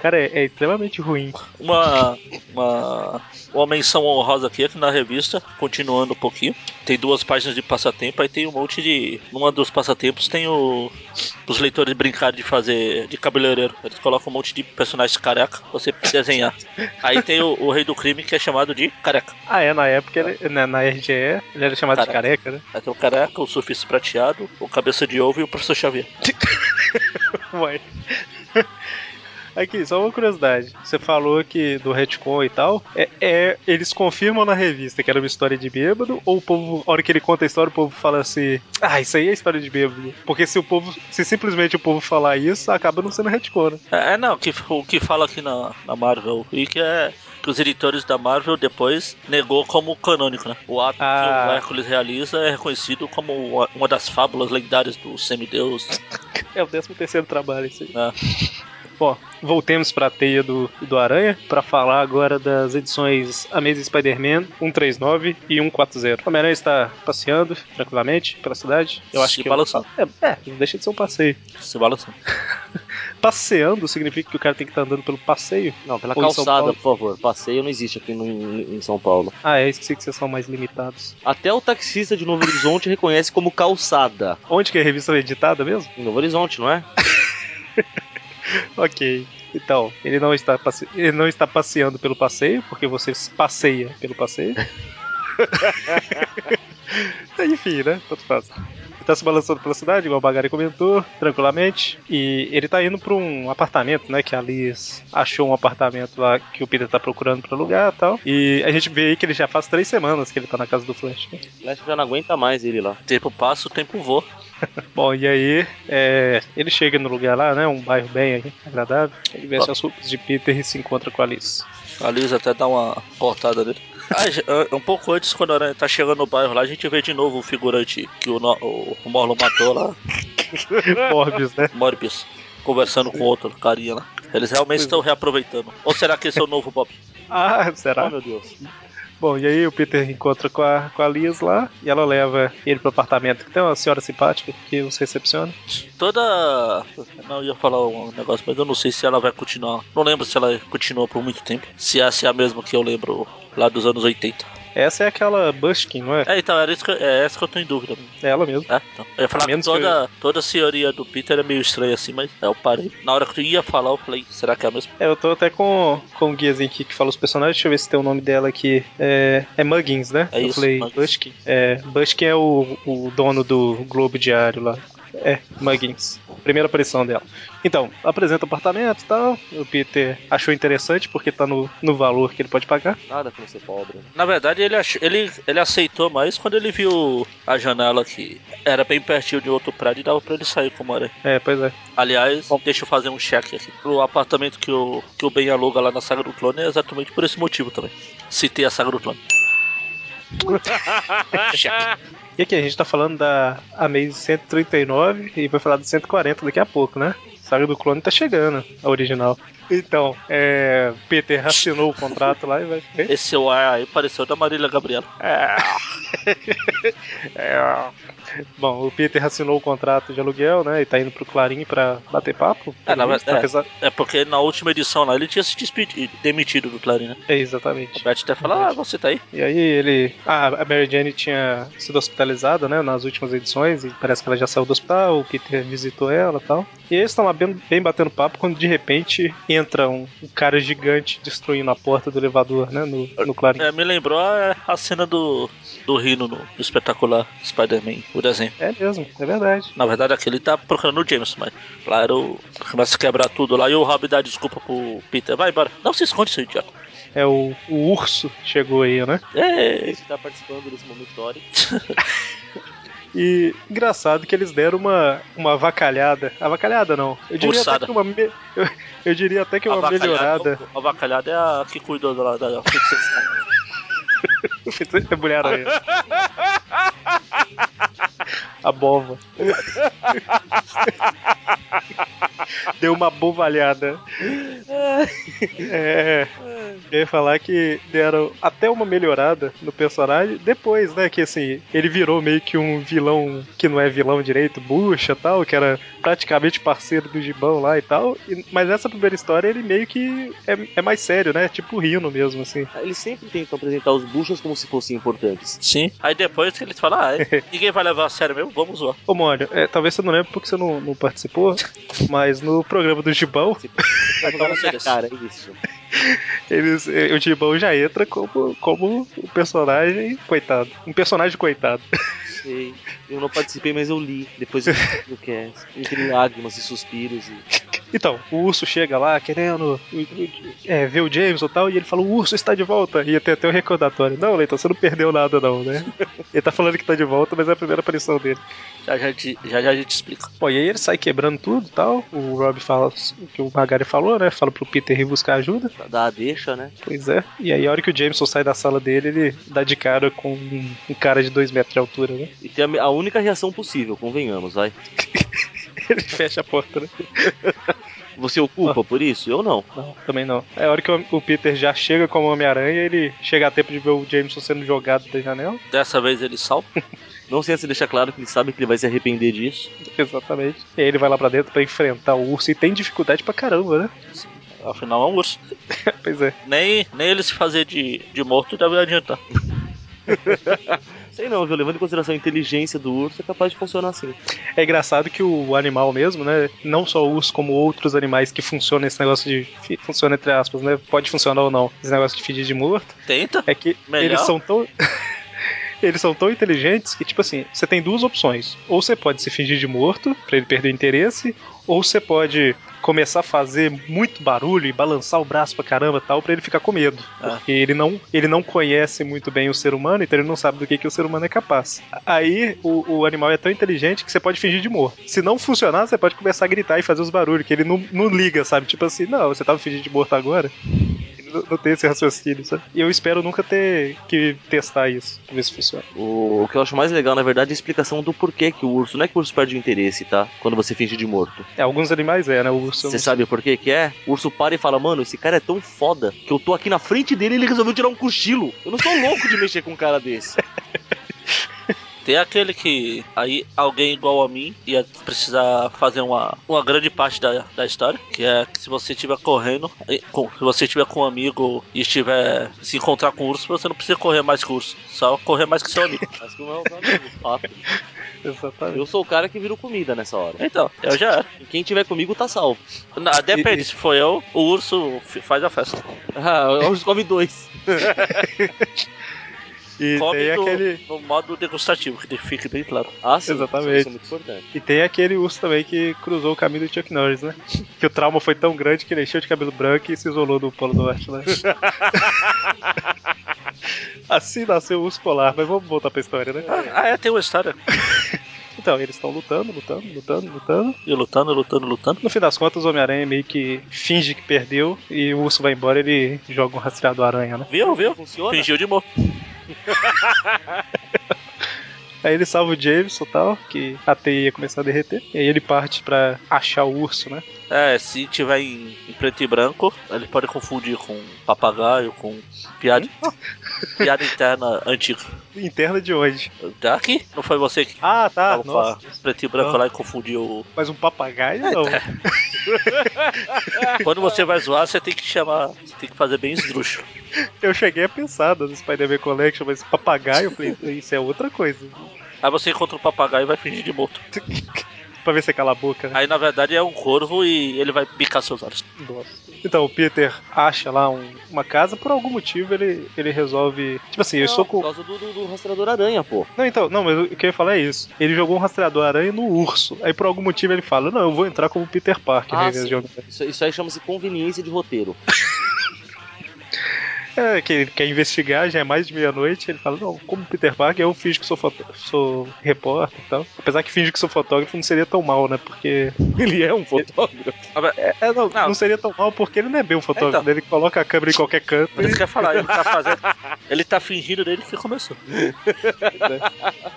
Speaker 1: Cara, é- é extremamente ruim.
Speaker 3: Uma, uma, uma menção honrosa aqui, aqui na revista, continuando um pouquinho. Tem duas páginas de passatempo, aí tem um monte de. Numa dos passatempos tem o. Os leitores brincarem de fazer de cabeleireiro. Eles colocam um monte de personagens careca pra você desenhar. Aí tem o, o rei do crime que é chamado de careca.
Speaker 1: Ah, é, na época, ele, na, na RGE, ele era chamado de careca, né?
Speaker 3: Aí tem o Então, careca, o surfista prateado, o cabeça de ovo e o professor Xavier.
Speaker 1: Ué. [LAUGHS] Aqui, só uma curiosidade. Você falou que do retcon e tal, é, é- eles confirmam na revista que era uma história de bêbado, ou o povo, a hora que ele conta a história, o povo fala assim, ah, isso aí é história de bêbado. Porque se o povo, se simplesmente o povo falar isso, acaba não sendo retcon, né?
Speaker 3: É, é, não, que, o que fala aqui na, na Marvel e que é que os editores da Marvel depois negou como canônico, né? O ato
Speaker 1: Ah.
Speaker 3: que o Hércules realiza é reconhecido como uma, uma das fábulas lendárias do semideus.
Speaker 1: É o 13 terceiro trabalho isso aí.
Speaker 3: Ah.
Speaker 1: Bom, voltemos pra teia do, do Aranha pra falar agora das edições Amazing Spider-Man 139 e 140. O Homem-Aranha está passeando tranquilamente pela cidade. Eu acho
Speaker 3: Se
Speaker 1: que
Speaker 3: balançando.
Speaker 1: É, é, não deixa de ser um passeio.
Speaker 3: Se balançando.
Speaker 1: Passeando significa que o cara tem que estar andando pelo passeio?
Speaker 2: Não, pela
Speaker 1: Ou em São
Speaker 2: calçada,
Speaker 1: Paulo.
Speaker 2: por favor. Passeio não existe aqui no- em São Paulo.
Speaker 1: Ah, é, esqueci que vocês são mais limitados.
Speaker 2: Até o taxista de Novo Horizonte reconhece como calçada.
Speaker 1: Onde que a revista é editada mesmo?
Speaker 2: Em Novo Horizonte, não é?
Speaker 1: Ok. Então, ele não, está passe... ele não está passeando pelo passeio, porque você passeia pelo passeio. [LAUGHS] Enfim, né? Tanto faz. Ele tá se balançando pela cidade, igual o Bagari comentou, tranquilamente. E ele tá indo pra um apartamento, né? Que a Liz achou um apartamento lá que o Peter tá procurando pra alugar e tal. E a gente vê aí que ele já faz três semanas que ele tá na casa do Flash. né?
Speaker 2: O Flash já não aguenta mais ele lá.
Speaker 3: O tempo passa, o tempo voa.
Speaker 1: Bom, e aí é, ele chega no lugar lá, né? Um bairro bem agradável. Ele veste as roupas de Peter e se encontra com a Liz.
Speaker 3: A Liz até dá uma cortada nele. Ah, já- ah, um pouco antes, quando a Aranha tá chegando no bairro lá, a gente vê de novo o figurante que o, no- o, o Morlon matou lá,
Speaker 1: Forbes, né?
Speaker 3: Morbius, conversando com outro carinha lá. Eles realmente
Speaker 1: é.
Speaker 3: estão reaproveitando. Ou será que esse é o novo Bob?
Speaker 1: [LAUGHS] Ah, será?
Speaker 2: Oh, meu Deus.
Speaker 1: Bom, e aí o Peter encontra com a, com a Liz lá e ela leva ele pro apartamento. Que tem uma senhora simpática que os recepciona.
Speaker 3: Toda. Não, eu ia falar um negócio, mas eu não sei se ela vai continuar. Não lembro se ela continuou por muito tempo. Se essa é a mesma que eu lembro lá dos anos 80.
Speaker 1: Essa é aquela Bushkin, não é?
Speaker 3: É, então, era isso que, é essa que eu tô em dúvida.
Speaker 1: É ela mesmo.
Speaker 3: É, então. Eu ia falar
Speaker 1: A menos
Speaker 3: que toda, toda a senhoria do Peter é meio estranha assim, mas é, eu parei. Na hora que eu ia falar, eu falei, será que é a mesma?
Speaker 1: É, eu tô até com, com o guiazinho aqui que fala os personagens. Deixa eu ver se tem o nome dela aqui. É, é Muggins, né?
Speaker 3: É
Speaker 1: eu
Speaker 3: isso,
Speaker 1: falei
Speaker 3: Muggins.
Speaker 1: Bushkin. É, Bushkin é o, o dono do Globo Diário lá. É, Muggins. Primeira aparição dela. Então, apresenta o apartamento e tal. O Peter achou interessante porque tá no, no valor que ele pode pagar.
Speaker 2: Nada como ser pobre.
Speaker 3: Na verdade, ele, ach- ele, ele aceitou mais quando ele viu a janela que era bem pertinho de outro prédio e dava pra ele sair como era.
Speaker 1: É, pois é.
Speaker 3: Aliás, deixa eu fazer um check aqui. O apartamento que o, que o Ben aluga lá na Saga do Clone é exatamente por esse motivo também. Citei a Saga do Clone. check.
Speaker 1: E aqui, a gente tá falando da Amazing 139 e vai falar do 140 daqui a pouco, né? Saga do Clone tá chegando, a original. Então, é. Peter assinou o contrato lá e vai. É,
Speaker 3: Esse seu ar aí pareceu da Marília Gabriela.
Speaker 1: é. Bom, o Peter assinou o contrato de aluguel, né? E tá indo pro Clarim pra bater papo.
Speaker 3: É, na
Speaker 1: Pelo
Speaker 3: verdade,
Speaker 1: visto, apesar-
Speaker 3: É porque na última edição lá ele tinha se despedido, demitido do Clarim, né?
Speaker 1: é,
Speaker 3: O
Speaker 1: exatamente.
Speaker 3: Brett até falou, ah, você tá aí?
Speaker 1: E aí ele. Ah, a Mary Jane tinha sido hospitalizada, né? Nas últimas edições, e parece que ela já saiu do hospital, o Peter visitou ela e tal. E eles estão lá bem, bem batendo papo quando de repente entra um, um cara gigante destruindo a porta do elevador, né? No, no Clarim.
Speaker 3: É, me lembrou a, a cena do, do Rino no, no espetacular Spider-Man, o desenho.
Speaker 1: É mesmo, é verdade.
Speaker 3: Na verdade, aquele tá procurando o James, mas lá era o. Começa a quebrar tudo lá e o Rob dá desculpa pro Peter. Vai embora. Não se esconde, seu idiota.
Speaker 1: É o, o urso chegou aí, né?
Speaker 3: É,
Speaker 2: Esse tá participando desse momento histórico.
Speaker 1: E engraçado que eles deram uma, uma avacalhada. Avacalhada não. Eu diria até
Speaker 3: Forçada.
Speaker 1: que uma. me- [LAUGHS] Eu, eu diria até que uma melhorada.
Speaker 3: A bacalhada é a que cuidou da, da, da fixação.
Speaker 1: É mulher aranha. A bova. Deu uma bovalhada. É. Eu ia falar que deram até uma melhorada no personagem. Depois, né? Que assim, ele virou meio que um vilão que não é vilão direito, bucha e tal, que era praticamente parceiro do Gibão lá e tal. E- mas nessa primeira história ele meio que é, é mais sério, né? Tipo Rino mesmo, assim.
Speaker 2: Eles sempre tentam apresentar os buchas como se fossem importantes.
Speaker 3: Sim. Aí depois que eles falam, ah,
Speaker 1: [LAUGHS]
Speaker 3: é, ninguém vai levar a sério mesmo, vamos lá.
Speaker 1: Ô, Mônio, é, talvez você não lembre porque você não, não participou, mas no programa do Gibão,
Speaker 2: Tá
Speaker 3: Então,
Speaker 2: na minha
Speaker 3: eles-
Speaker 2: cara, é isso.
Speaker 1: eles, eh, o Gibão já entra como, como um personagem coitado. [LAUGHS] Um personagem coitado.
Speaker 2: participei. Eu não participei, mas eu li. Depois eu li o cast. Entre lágrimas e suspiros. E...
Speaker 1: Então, o urso chega lá querendo é, ver o James ou tal, e ele fala: o urso está de volta. E tem até o um recordatório: Não, Leiton, você não perdeu nada, não, né? [LAUGHS] ele tá falando que tá de volta, mas é a primeira aparição dele.
Speaker 3: Já já, te- já, já a gente explica.
Speaker 1: Pô, e aí ele sai quebrando tudo e tal. O Rob fala o que o Magari falou, né? Fala pro Peter ir buscar ajuda.
Speaker 2: Dá a deixa, né?
Speaker 1: Pois é. E aí, a hora que o Jameson sai da sala dele, ele dá de cara com um um cara de dois metros de altura, né? [LAUGHS]
Speaker 2: E tem a, a única reação possível, convenhamos, vai.
Speaker 1: Ele fecha a porta, né?
Speaker 2: Você o culpa por isso? Eu não.
Speaker 1: Não, também não. É a hora que o o Peter já chega como Homem-Aranha, ele chega a tempo de ver o Jameson sendo jogado da janela. [LAUGHS]
Speaker 3: Dessa vez ele salta.
Speaker 2: Não sei se deixar claro que ele sabe que ele vai se arrepender disso.
Speaker 1: Exatamente. E aí ele vai lá pra dentro pra enfrentar o urso e tem dificuldade pra caramba, né? [LAUGHS]
Speaker 3: Afinal é um urso.
Speaker 1: Pois é.
Speaker 3: Nem, nem ele se fazer de, de morto deve adiantar.
Speaker 2: Sei não, viu? Levando em consideração a inteligência do urso, é capaz de funcionar assim.
Speaker 1: É engraçado que o animal mesmo, né? Não só o urso, como outros animais que funcionam esse negócio de. fi- Funciona entre aspas, né? Pode funcionar ou não. Esse negócio de fingir de morto.
Speaker 3: Tenta.
Speaker 1: É que
Speaker 3: Melhor.
Speaker 1: eles são tão. [LAUGHS] Eles são tão inteligentes que, tipo assim, você tem duas opções. Ou você pode se fingir de morto, pra ele perder o interesse, ou você pode começar a fazer muito barulho e balançar o braço pra caramba e tal, pra ele ficar com medo.
Speaker 3: Ah.
Speaker 1: Porque ele não, ele não conhece muito bem o ser humano, então ele não sabe do que, que o ser humano é capaz. Aí o, o animal é tão inteligente que você pode fingir de morto. Se não funcionar, você pode começar a gritar e fazer os barulhos, que ele não, não liga, sabe? Tipo assim, não, você tava fingindo de morto agora? Ele Não, não tem esse raciocínio, sabe? E eu espero nunca ter que testar isso, pra ver se funciona.
Speaker 2: O, o que eu acho mais legal, na verdade, é a explicação do porquê que o urso. Não é que o urso perde o interesse, tá? Quando você finge de morto.
Speaker 1: É, alguns animais é, né? O urso.
Speaker 2: Você sabe por que que é? O urso para e fala, mano, esse cara é tão foda que eu tô aqui na frente dele e ele resolveu tirar um cochilo. Eu não sou louco de mexer com um cara desse.
Speaker 3: Tem aquele que aí alguém igual a mim ia precisar fazer uma, uma grande parte da, da história, que é que se você estiver correndo, e- com- se você estiver com um amigo e estiver se encontrar com o urso, você não precisa correr mais que o urso, só correr mais que seu amigo.
Speaker 2: [LAUGHS] Mas que não é os amigos, fato.
Speaker 1: Exatamente.
Speaker 2: Eu sou o cara que virou comida nessa hora.
Speaker 3: Então, eu já era.
Speaker 2: Quem tiver comigo tá salvo.
Speaker 3: Na- depende, se foi eu, o urso f- faz a festa.
Speaker 2: Ah, o urso come dois.
Speaker 1: E tem
Speaker 3: Come no,
Speaker 1: aquele.
Speaker 3: no modo degustativo, que fique bem claro.
Speaker 2: Ah, sim,
Speaker 1: Exatamente.
Speaker 2: Isso é muito importante.
Speaker 1: E tem aquele urso também que cruzou o caminho do Chuck Norris, né? Que o trauma foi tão grande que ele encheu de cabelo branco e se isolou do Polo Norte,
Speaker 2: [LAUGHS]
Speaker 1: né? assim nasceu o urso polar, mas vamos voltar pra história, né?
Speaker 3: Ah, é, tem uma história.
Speaker 1: Então, eles estão lutando, lutando, lutando, lutando.
Speaker 3: E lutando, lutando, lutando.
Speaker 1: No fim das contas, o Homem-Aranha meio que finge que perdeu e o urso vai embora ele joga um rastreador aranha, né?
Speaker 3: Viu, viu?
Speaker 2: Funciona?
Speaker 3: Fingiu de morto.
Speaker 1: Aí ele salva o Jameson e tal, que a teia ia começar a derreter. E aí ele parte pra achar o urso, né?
Speaker 3: É, se tiver em, em preto e branco, ele pode confundir com papagaio, com
Speaker 1: [LAUGHS]
Speaker 3: piada, piada interna antiga.
Speaker 1: Interna de onde?
Speaker 3: Tá aqui? Não foi você que
Speaker 1: Ah, tá.
Speaker 3: tava
Speaker 1: nossa. Ah.
Speaker 3: falando preto e branco
Speaker 1: Não.
Speaker 3: lá e confundiu.
Speaker 1: Mas um papagaio não.
Speaker 3: Quando você vai zoar, você tem que chamar, você tem que fazer bem esdrúxulo.
Speaker 1: Eu cheguei a pensar no Spider-Man Collection, mas papagaio, eu falei, isso é outra coisa.
Speaker 3: Aí você encontra um papagaio e vai fingir de morto.
Speaker 1: pra ver se cala a boca, né?
Speaker 3: Aí na verdade é um corvo e ele vai picar seus olhos.
Speaker 1: Nossa. Então, o Peter acha lá um- uma casa, por algum motivo ele, ele resolve. Tipo assim, eu
Speaker 2: Não,
Speaker 1: estou
Speaker 2: Por
Speaker 1: com.
Speaker 2: causa do, do, do rastreador aranha, pô.
Speaker 1: Não, então, não, mas o que eu ia falar é isso. Ele jogou um rastreador aranha no urso. Aí por algum motivo ele fala: Não, eu vou entrar como Peter Parker
Speaker 2: Ah,
Speaker 1: ao invés
Speaker 2: sim.
Speaker 1: de homem
Speaker 2: Isso, isso aí chama-se conveniência de roteiro.
Speaker 1: É, que ele quer investigar, já é mais de meia-noite, ele fala, não, como Peter Parker, eu finge que sou, foto- sou repórter e tal. Apesar que finge que sou fotógrafo não seria tão mal, né? Porque. [LAUGHS]
Speaker 2: Ele é um fotógrafo.
Speaker 1: É, é, não,
Speaker 3: Não.
Speaker 1: não seria tão mal porque ele não é bem um fotógrafo,
Speaker 3: Então.
Speaker 1: né? ele coloca a câmera em qualquer canto.
Speaker 3: Mas isso que eu ia falar, ele tá fazendo. Ele tá fingindo dele que começou.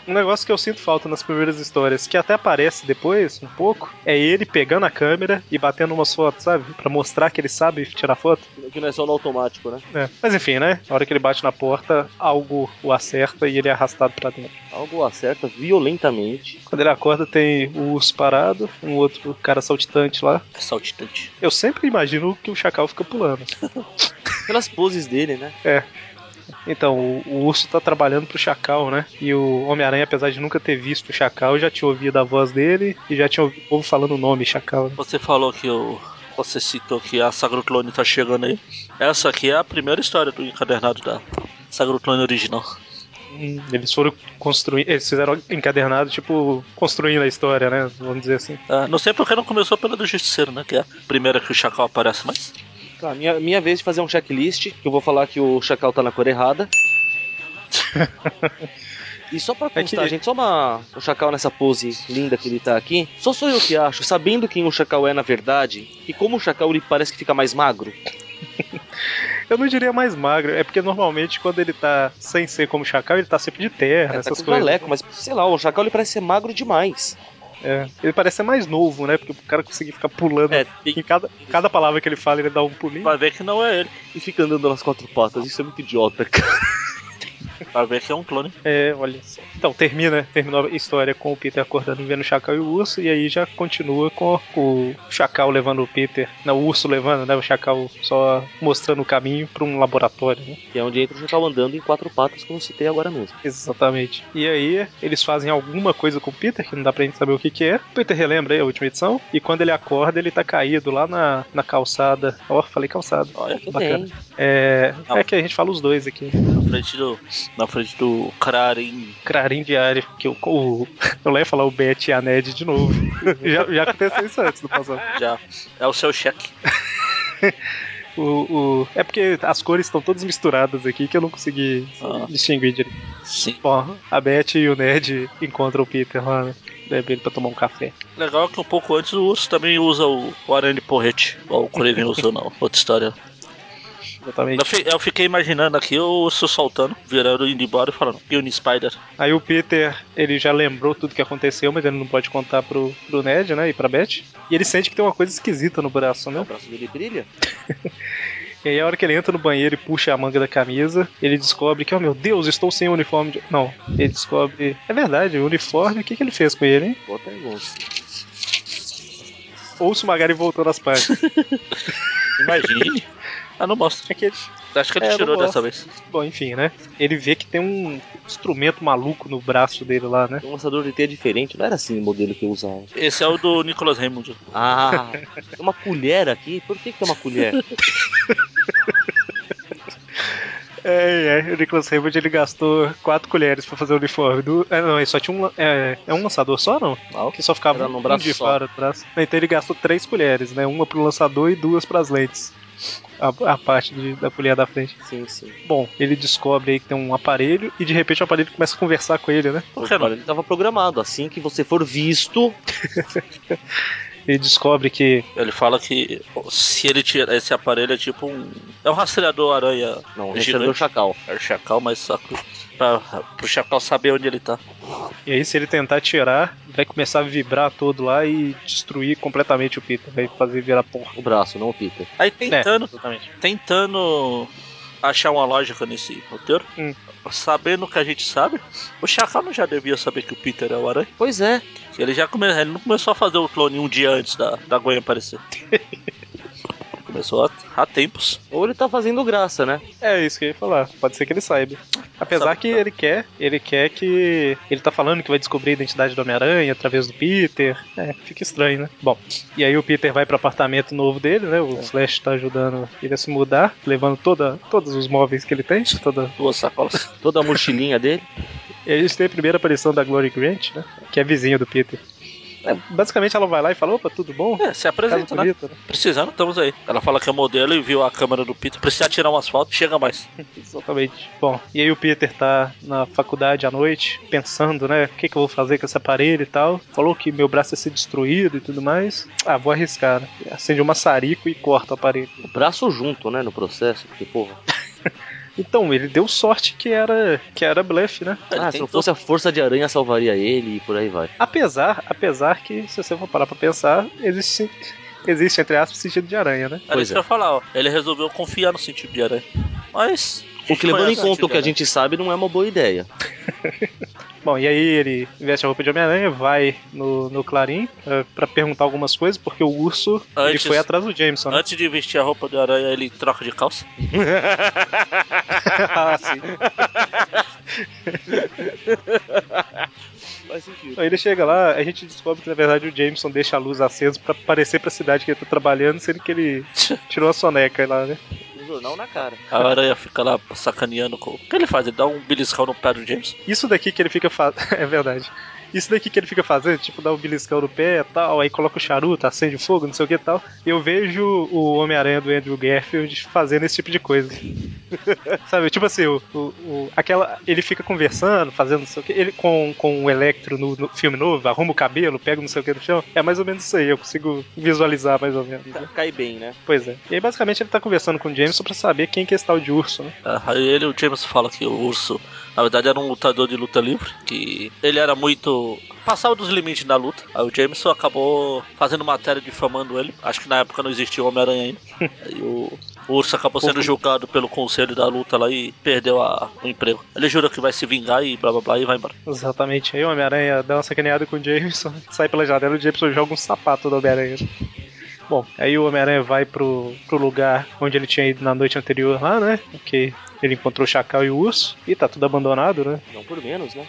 Speaker 1: Um negócio que eu sinto falta nas primeiras histórias, que até aparece depois, um pouco, é ele pegando a câmera e batendo umas fotos, sabe? Pra mostrar que ele sabe tirar foto.
Speaker 2: [LAUGHS] Que não é só no automático, né?
Speaker 1: É. Mas enfim, né? Na hora que ele bate na porta, algo o acerta e ele é arrastado pra dentro.
Speaker 2: Algo acerta violentamente.
Speaker 1: Quando ele acorda, tem o urso parado, um outro cara saltitante lá.
Speaker 3: É saltitante.
Speaker 1: Eu sempre imagino que o chacal fica pulando. assim.
Speaker 2: Pelas poses dele, né?
Speaker 1: Então, o, o urso tá trabalhando pro chacal, né? E o Homem-Aranha, apesar de nunca ter visto o chacal, já tinha ouvido a voz dele e já tinha ouvido o povo falando o nome chacal. né?
Speaker 3: Você falou que o. Você citou que a Sagro Clone tá chegando aí. Essa aqui é a primeira história do encadernado da Sagro Clone original.
Speaker 1: Hum, Eles foram construir, eles fizeram encadernado, tipo, construindo a história, né? Vamos dizer assim.
Speaker 3: Ah, não sei porque não começou pela do Justiceiro, né? Que é a primeira que o Chacal aparece, mas.
Speaker 2: Tá, minha, minha vez de fazer um checklist, que eu vou falar que o Chacal tá na
Speaker 3: [LAUGHS]
Speaker 2: cor errada. E só
Speaker 3: É
Speaker 2: pra
Speaker 1: que-
Speaker 2: constar, gente, só uma, o Chacal nessa pose linda que ele tá aqui. Só sou eu que acho, sabendo quem o Chacal é na verdade, e como o Chacal ele parece que fica mais magro.
Speaker 1: Eu não diria mais magro, é porque normalmente quando ele tá sem ser como chacal, ele tá sempre de terra,
Speaker 2: É, tá
Speaker 1: essas
Speaker 2: com
Speaker 1: coisas.
Speaker 2: galeco, mas sei lá, o Chacal ele parece ser magro demais.
Speaker 1: É. Ele parece ser mais novo, né? Porque o cara conseguir ficar pulando.
Speaker 3: É,
Speaker 1: Em
Speaker 3: e
Speaker 1: cada, cada palavra que ele fala, ele dá um pulinho.
Speaker 3: vai ver que não é ele.
Speaker 2: E fica andando nas quatro patas, isso é muito idiota, cara.
Speaker 3: Vai ver que é um clone.
Speaker 1: É, olha só. Então, termina, terminou a história com o Peter acordando e vendo o Chacal e o Urso, e aí já continua com o Chacal levando o Peter. Não, o Urso levando, né? O Chacal só mostrando o caminho pra um laboratório, né?
Speaker 2: Que é onde entra o Chacal andando em quatro patas, como eu citei agora mesmo.
Speaker 1: Exatamente. E aí, eles fazem alguma coisa com o Peter, que não dá pra gente saber o que que é. O Peter relembra aí a última edição, e quando ele acorda, ele tá caído lá na, na calçada. Ó, falei calçada.
Speaker 3: Olha,
Speaker 2: Tudo
Speaker 1: Bacana.
Speaker 2: bem.
Speaker 1: É,
Speaker 3: Não.
Speaker 1: é que a gente fala os dois aqui.
Speaker 3: na frente do. Na frente do Krarin.
Speaker 1: Crarim diário, que eu, o, eu levo falar o Bet e a Ned de novo. [LAUGHS] já, já aconteceu isso antes do passado.
Speaker 3: Já. É o seu cheque.
Speaker 1: O, o- é porque as cores estão todas misturadas aqui que eu não consegui
Speaker 3: Ah.
Speaker 1: distinguir direito.
Speaker 3: Sim.
Speaker 1: Bom, a Beth e o Ned encontram o Peter lá, né? Leva ele pra tomar um café.
Speaker 3: Legal que um pouco antes o urso também usa o, o aranha de porrete. Ó, o Kraven usou, não. Outra história.
Speaker 1: Exatamente.
Speaker 3: Eu, fi- eu fiquei imaginando aqui o urso soltando, virando, indo embora e falando. Uni Spider.
Speaker 1: Aí o Peter, ele já lembrou tudo que aconteceu, mas ele não pode contar pro, pro Ned, né? E pra Beth. E ele sente que tem uma coisa esquisita no braço, né?
Speaker 2: É O braço dele brilha.
Speaker 1: E aí a hora que ele entra no banheiro e puxa a manga da camisa, ele descobre que, oh meu Deus, estou sem uniforme de... Não, ele descobre... É verdade, o uniforme, o que, que ele fez com ele, hein?
Speaker 2: Boa pergunta.
Speaker 1: Ouço o Magari voltou nas [LAUGHS] páginas. [LAUGHS]
Speaker 3: Imagine. ah, não mostra.
Speaker 1: É que ele-
Speaker 3: Acho que ele
Speaker 1: É, não
Speaker 3: tirou dessa
Speaker 1: mostra.
Speaker 3: vez.
Speaker 1: Bom, enfim, né? Ele vê que tem um instrumento maluco no braço dele lá, né?
Speaker 2: Um lançador de teia diferente, não era assim o modelo que eu usava.
Speaker 3: Esse é o do Nicholas Raymond.
Speaker 2: Ah, tem uma colher aqui? Por que, que tem uma
Speaker 3: [LAUGHS]
Speaker 2: colher?
Speaker 1: É, é. O Nicholas Hammond, ele gastou quatro colheres pra fazer o uniforme do... É, não, ele só tinha um... lan- É, é um lançador só, não?
Speaker 2: Não.
Speaker 1: Que só ficava
Speaker 2: Era num
Speaker 1: um
Speaker 2: braço
Speaker 1: de
Speaker 2: só.
Speaker 1: fora do braço. Então ele gastou três colheres, né? Uma pro lançador e duas pras lentes. A, a parte de- da colher da frente.
Speaker 2: Sim, sim.
Speaker 1: Bom, ele descobre aí que tem um aparelho e de repente o aparelho começa a conversar com ele, né?
Speaker 3: Por que não?
Speaker 2: Olha, ele tava programado. Assim que você for visto,
Speaker 1: Ele descobre que.
Speaker 3: Ele fala que se ele tirar esse aparelho é tipo um. É um rastreador aranha.
Speaker 2: não,
Speaker 3: Gigante.
Speaker 2: recebeu o chacal.
Speaker 3: É o chacal, mas só que. Pra, pro chacal saber onde ele tá.
Speaker 1: E aí, se ele tentar tirar, vai começar a vibrar todo lá e destruir completamente o Peter. Vai fazer virar porra.
Speaker 2: O braço, não o Peter.
Speaker 1: É.
Speaker 3: Aí tentando. Tentando achar uma lógica nesse roteiro.
Speaker 1: Hum.
Speaker 3: Sabendo o que a gente sabe, o Chacal não já devia saber que o Peter é o aranha.
Speaker 2: Pois é.
Speaker 3: Ele já come... ele não começou a fazer o clone um dia antes da, da Gwen [LAUGHS] aparecer. começou há, há tempos.
Speaker 2: Ou ele tá fazendo graça, né?
Speaker 1: É isso que eu ia falar. Pode ser que ele saiba. Apesar
Speaker 3: Sabe,
Speaker 1: que
Speaker 3: tá.
Speaker 1: ele quer. Ele quer que. Ele tá falando que vai descobrir a identidade do Homem-Aranha através do Peter. É, fica estranho, né? Bom, e aí o Peter vai pro apartamento novo dele, né? O Flash tá ajudando ele a se mudar, levando toda, todos os móveis que ele tem, toda
Speaker 3: Duas sacolas.
Speaker 2: Toda a mochilinha dele.
Speaker 1: E a gente tem a primeira aparição da Glory Grant, né? Que é vizinha do Peter. É, basicamente ela vai lá e fala, opa, tudo bom?
Speaker 3: [LAUGHS] É, se
Speaker 1: Casa
Speaker 3: apresenta, né?
Speaker 1: bonita, né?
Speaker 3: Precisando, estamos aí. Ela fala que é modelo e viu a câmera do Peter. Precisa tirar umas fotos, chega mais.
Speaker 1: Exatamente. Bom, e aí o Peter tá na faculdade à noite, pensando, né? O que, que eu vou fazer com esse aparelho e tal. Falou que meu braço ia ser destruído e tudo mais. Ah, vou arriscar. né? Acende um maçarico e corta o aparelho.
Speaker 2: O braço junto, né? No processo. Porque, porra.
Speaker 1: Então, ele deu sorte que era, que era blefe, né?
Speaker 3: Ele
Speaker 2: Ah, se
Speaker 3: tem
Speaker 2: não
Speaker 3: tudo.
Speaker 2: fosse a força de aranha, salvaria ele e por aí vai.
Speaker 1: Apesar, apesar que, se você for parar pra pensar, existe, existe entre aspas, sentido de aranha, né?
Speaker 3: Era
Speaker 2: Pois
Speaker 3: isso
Speaker 2: é.
Speaker 3: que eu ia falar, ó. Ele resolveu confiar no sentido de aranha. Mas.
Speaker 2: O que levando em
Speaker 3: conhece
Speaker 2: conta o que a
Speaker 3: sentido de
Speaker 2: gente sabe, não é uma boa ideia.
Speaker 1: Bom, e aí ele veste a roupa de Homem-Aranha, vai no, no Clarim eh, pra perguntar algumas coisas, porque o urso ele
Speaker 3: Antes-
Speaker 1: foi atrás do Jameson,
Speaker 3: aranha.
Speaker 1: né?
Speaker 3: Antes de vestir a roupa de aranha, ele troca de calça.
Speaker 1: [LAUGHS]
Speaker 3: [LAUGHS]
Speaker 1: Ah, sim.
Speaker 2: Faz sentido.
Speaker 1: Aí Então ele chega lá, a gente descobre que na verdade o Jameson deixa a luz acesa pra parecer pra cidade que ele tá trabalhando, sendo que ele tirou a soneca lá, né?
Speaker 2: olho, não Um na cara.
Speaker 3: A aranha fica lá sacaneando com. O que ele faz? Ele dá um beliscão no pé do James.
Speaker 1: Isso daqui que ele fica fazendo. [LAUGHS] é verdade. Isso daqui que ele fica fazendo, tipo, dá o um beliscão no pé e tal, aí coloca o charuto, acende o fogo, não sei o que e tal. Eu vejo o Homem-Aranha do Andrew Garfield fazendo esse tipo de coisa. [LAUGHS] Sabe, tipo assim, o, o- o- aquela, ele fica conversando, fazendo não sei o que, ele com, com o Electro no, no filme novo, arruma o cabelo, pega não sei o que no chão. É mais ou menos isso aí, eu consigo visualizar mais ou menos.
Speaker 3: Uhum.
Speaker 1: né?
Speaker 2: Ca- Cai bem, né?
Speaker 1: Pois é. E aí, basicamente, ele tá conversando com o James só pra saber quem que é esse tal de urso, né?
Speaker 3: Ah, Aí ele, o James fala que o urso, na verdade, era um lutador de luta livre, que ele era muito. passava dos limites na luta. Aí o James acabou fazendo matéria difamando ele. Acho que na época não existia o Homem-Aranha ainda. Aí o. o urso acabou sendo julgado pelo conselho da luta lá e perdeu a- o emprego. Ele jura que vai se vingar e blá blá blá e vai embora.
Speaker 1: Exatamente. Aí o Homem-Aranha dá uma sacaneada com o Jameson, [LAUGHS] sai pela janela e o Jameson joga um sapato do Homem-Aranha. Bom, aí o Homem-Aranha vai pro, pro lugar onde ele tinha ido na noite anterior lá, né? Que ele encontrou o Chacal e o Urso. E tá tudo abandonado, né?
Speaker 2: Não por menos, né?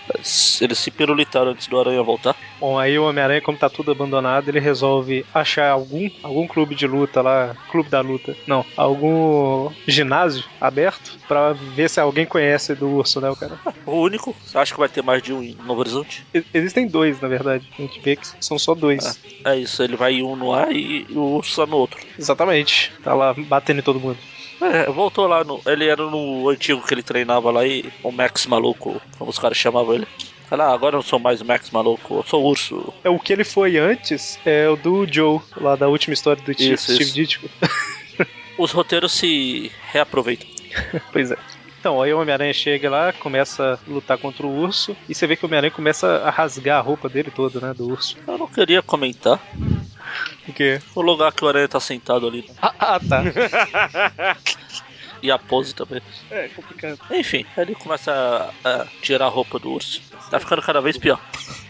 Speaker 3: Eles se pirulitaram antes do Aranha voltar.
Speaker 1: Bom, aí o Homem-Aranha, como tá tudo abandonado, ele resolve achar algum, algum clube de luta lá, clube da luta, não, algum ginásio aberto pra ver se alguém conhece do urso, né, o cara? [LAUGHS]
Speaker 3: O único, você acha que vai ter mais de um em Novo Horizonte?
Speaker 1: E- Existem dois, na verdade. A gente vê que são só dois.
Speaker 3: É isso, ele vai em um no ar e e o urso lá no outro.
Speaker 1: Exatamente. Tá lá batendo em todo mundo.
Speaker 3: É, voltou lá no. Ele era no antigo que ele treinava lá e o Max maluco, como os caras chamavam ele. Fala, ah, agora eu não sou mais o Max maluco, eu sou o urso.
Speaker 1: É o que ele foi antes, é o do Joe, lá da última história do Steve,
Speaker 3: Isso, isso.
Speaker 1: Steve Ditko.
Speaker 3: Os roteiros se reaproveitam.
Speaker 1: [LAUGHS] Pois é. Então, aí o Homem-Aranha chega lá, começa a lutar contra o urso, e você vê que o Homem-Aranha começa a rasgar a roupa dele toda, né, do urso.
Speaker 3: Eu não queria comentar.
Speaker 1: Porque...
Speaker 3: O lugar que o Aranha tá sentado ali. né?
Speaker 1: Ah, ah, tá.
Speaker 3: E a pose também.
Speaker 1: [LAUGHS] é complicado.
Speaker 3: Enfim, ele começa a, a tirar a roupa do urso. Tá ficando cada vez pior.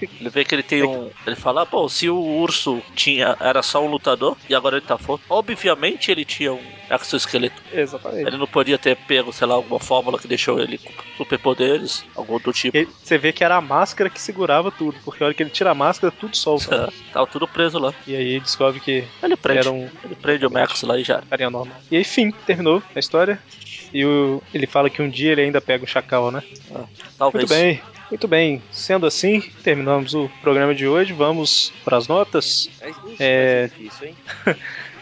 Speaker 3: Ele vê que ele tem um. Ele fala, pô, se o urso tinha. era só um lutador e agora ele tá forte. Obviamente ele tinha um exoesqueleto.
Speaker 1: Exatamente.
Speaker 3: Ele não podia ter pego, sei lá, alguma fórmula que deixou ele com superpoderes, algum do tipo.
Speaker 1: E você vê que era a máscara que segurava tudo, porque a hora que ele tira a máscara, tudo [LAUGHS] solta.
Speaker 3: Tava tudo preso lá.
Speaker 1: e aí descobre que
Speaker 3: Ele prende.
Speaker 1: era um
Speaker 3: Ele prende o Max lá e já.
Speaker 1: faria normal. E aí, fim, terminou a história. E o- ele fala que um dia ele ainda pega o chacal, né?
Speaker 3: Talvez.
Speaker 1: Muito bem, muito bem. Sendo assim, terminamos o programa de hoje. Vamos para as notas.
Speaker 2: É, isso
Speaker 1: É.
Speaker 2: vai ser difícil, hein?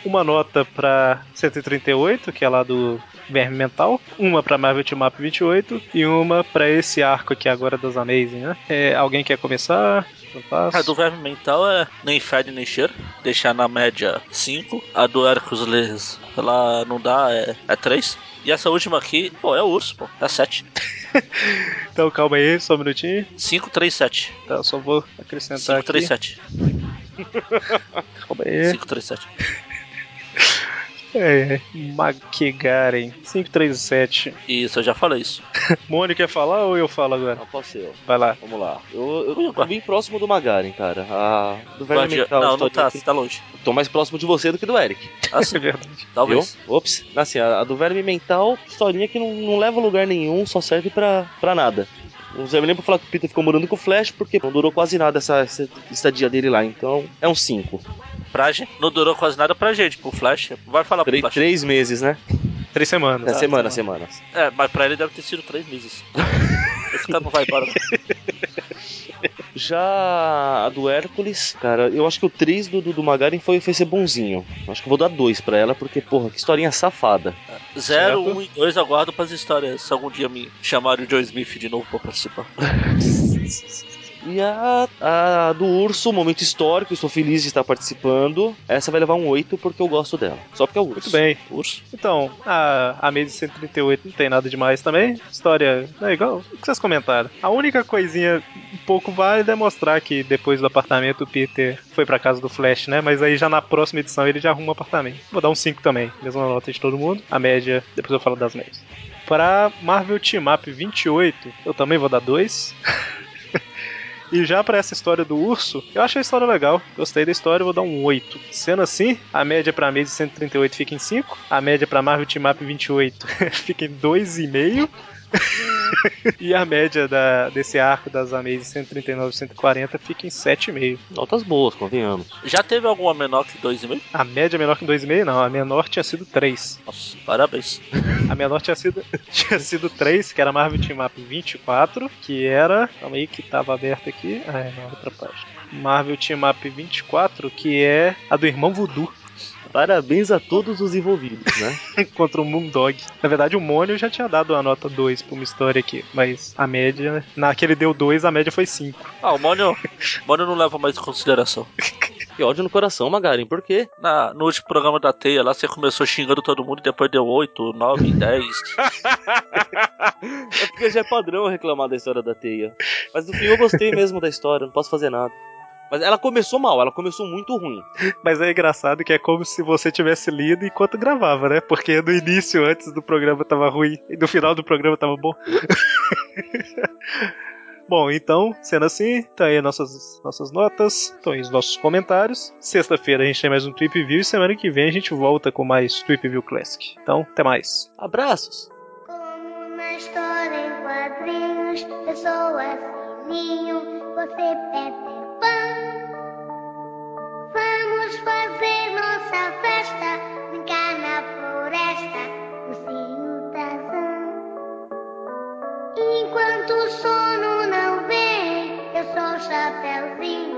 Speaker 1: Uma nota para 138, que é lá do Verme Mental. Uma para Marvel Team Up 28. E uma para esse arco aqui agora das Amazing, né? É, alguém quer começar?
Speaker 3: A do
Speaker 1: Fantástico.
Speaker 3: verme mental é nem fede nem cheiro, deixar na média 5. A do Hércules lá não dá, é, é 3. E essa última aqui, pô, é o urso, pô, é 7.
Speaker 1: Então calma aí, só um minutinho.
Speaker 3: 5, 3, 7.
Speaker 1: Tá, eu só vou acrescentar
Speaker 3: 5, 3,
Speaker 1: aqui.
Speaker 3: 7.
Speaker 1: Calma aí.
Speaker 3: 5, 3, 7.
Speaker 1: É, é. Maquigaren 537.
Speaker 3: Isso, eu já falei isso.
Speaker 1: Mônica quer falar ou eu falo agora?
Speaker 2: Não, posso ser eu.
Speaker 1: Vai lá.
Speaker 2: Vamos lá. Eu, eu, eu vim próximo do Magaren, cara. A, do
Speaker 3: Guardi-
Speaker 2: Vermin
Speaker 3: Não, não tá, você tá longe.
Speaker 2: Tô mais próximo de você do que do Eric.
Speaker 1: É [LAUGHS]
Speaker 3: Assim,
Speaker 1: verdade.
Speaker 3: talvez.
Speaker 2: Viu? Ops. Assim, a, a do verme mental, historinha que não, não leva a lugar nenhum, só serve pra, pra nada. Não serve nem pra falar que o Peter ficou morando com o Flash, porque não durou quase nada essa, essa estadia dele lá. Então, é um
Speaker 3: Tá
Speaker 2: 5.
Speaker 3: Pra gente, não durou quase nada pra gente, pro Flash. Vai falar pro
Speaker 2: Três,
Speaker 3: Flash.
Speaker 2: três meses, né?
Speaker 1: Três semanas.
Speaker 3: Tá,
Speaker 2: É, semana, semana.
Speaker 3: É, mas pra ele deve ter sido três meses. Esse cara não vai embora. não.
Speaker 2: Já a do Hércules, cara, eu acho que o 3 do, do, do Magaren foi, foi ser bonzinho. Eu Acho que eu vou dar 2 pra ela, porque, porra, que historinha safada.
Speaker 3: Zero,
Speaker 1: Certo.
Speaker 3: um e dois aguardo pras histórias. Se algum dia me chamarem o Joe Smith de novo pra participar.
Speaker 2: E a, a do urso, um momento histórico, estou feliz de estar participando. Essa vai levar um 8 porque eu gosto dela. Só porque é o urso.
Speaker 1: Muito bem.
Speaker 3: Urso.
Speaker 1: Então, a, a Mesa 138 não tem nada demais também. História é igual o que vocês comentaram. A única coisinha um pouco válida é mostrar que depois do apartamento o Peter foi pra casa do Flash, né? Mas aí já na próxima edição ele já arruma um apartamento. Vou dar um 5 também. Mesma nota de todo mundo. A média, depois eu falo das médias. Pra Marvel Team Up 28, eu também vou dar 2. E já pra essa história do urso, eu achei a história legal. Gostei da história, eu vou dar um 8. Sendo assim, a média pra Maze [LAUGHS] 138 fica em 5, a média pra Marvel Team Up 28 fica em 2,5. [LAUGHS] e a média da- desse arco das Amazing 139 e 140 fica em 7,5.
Speaker 2: Notas boas, convenhamos.
Speaker 3: Já teve alguma menor que 2,5?
Speaker 1: A média é menor que 2,5 não, a menor tinha sido 3.
Speaker 3: Nossa, parabéns.
Speaker 1: A menor tinha sido, [LAUGHS] tinha sido 3, que era Marvel Team Up 24, que era. Calma aí que tava aberta aqui. Ah, é, não, outra página. Marvel Team Up 24, que é a do irmão Voodoo [LAUGHS]
Speaker 2: Parabéns a todos os envolvidos, né?
Speaker 1: contra o Moondog. Na verdade, o Mônio já tinha dado a nota 2 pra uma história aqui, mas a média, naquele deu 2, a média foi 5.
Speaker 3: Ah, o Mônio, Mônio não leva mais em consideração.
Speaker 2: Que ódio no coração, Magarin, por quê?
Speaker 3: Na, no último programa da Teia lá, você começou xingando todo mundo e depois deu 8, 9, 10.
Speaker 2: É porque já é padrão reclamar da história da teia. Mas no fim eu gostei mesmo da história, não posso fazer nada. Mas ela começou mal, ela começou muito ruim.
Speaker 1: Mas é engraçado que é como se você tivesse lido enquanto gravava, né? Porque no início, antes do programa, tava ruim e no final do programa tava bom. [LAUGHS] Bom, então, sendo assim, tá aí nossas, nossas notas, estão aí os nossos comentários. Sexta-feira a gente tem mais um Trip View e semana que vem a gente volta com mais Trip View Classic. Então, até mais.
Speaker 2: Abraços!
Speaker 4: Como uma história em quadrinhos, eu sou assininho, você pede pão. Vamos fazer nossa festa, brincar na floresta, no cio Tarzan. Enquanto o sono não vem, eu sou o chapeuzinho, é um Ah, um É Um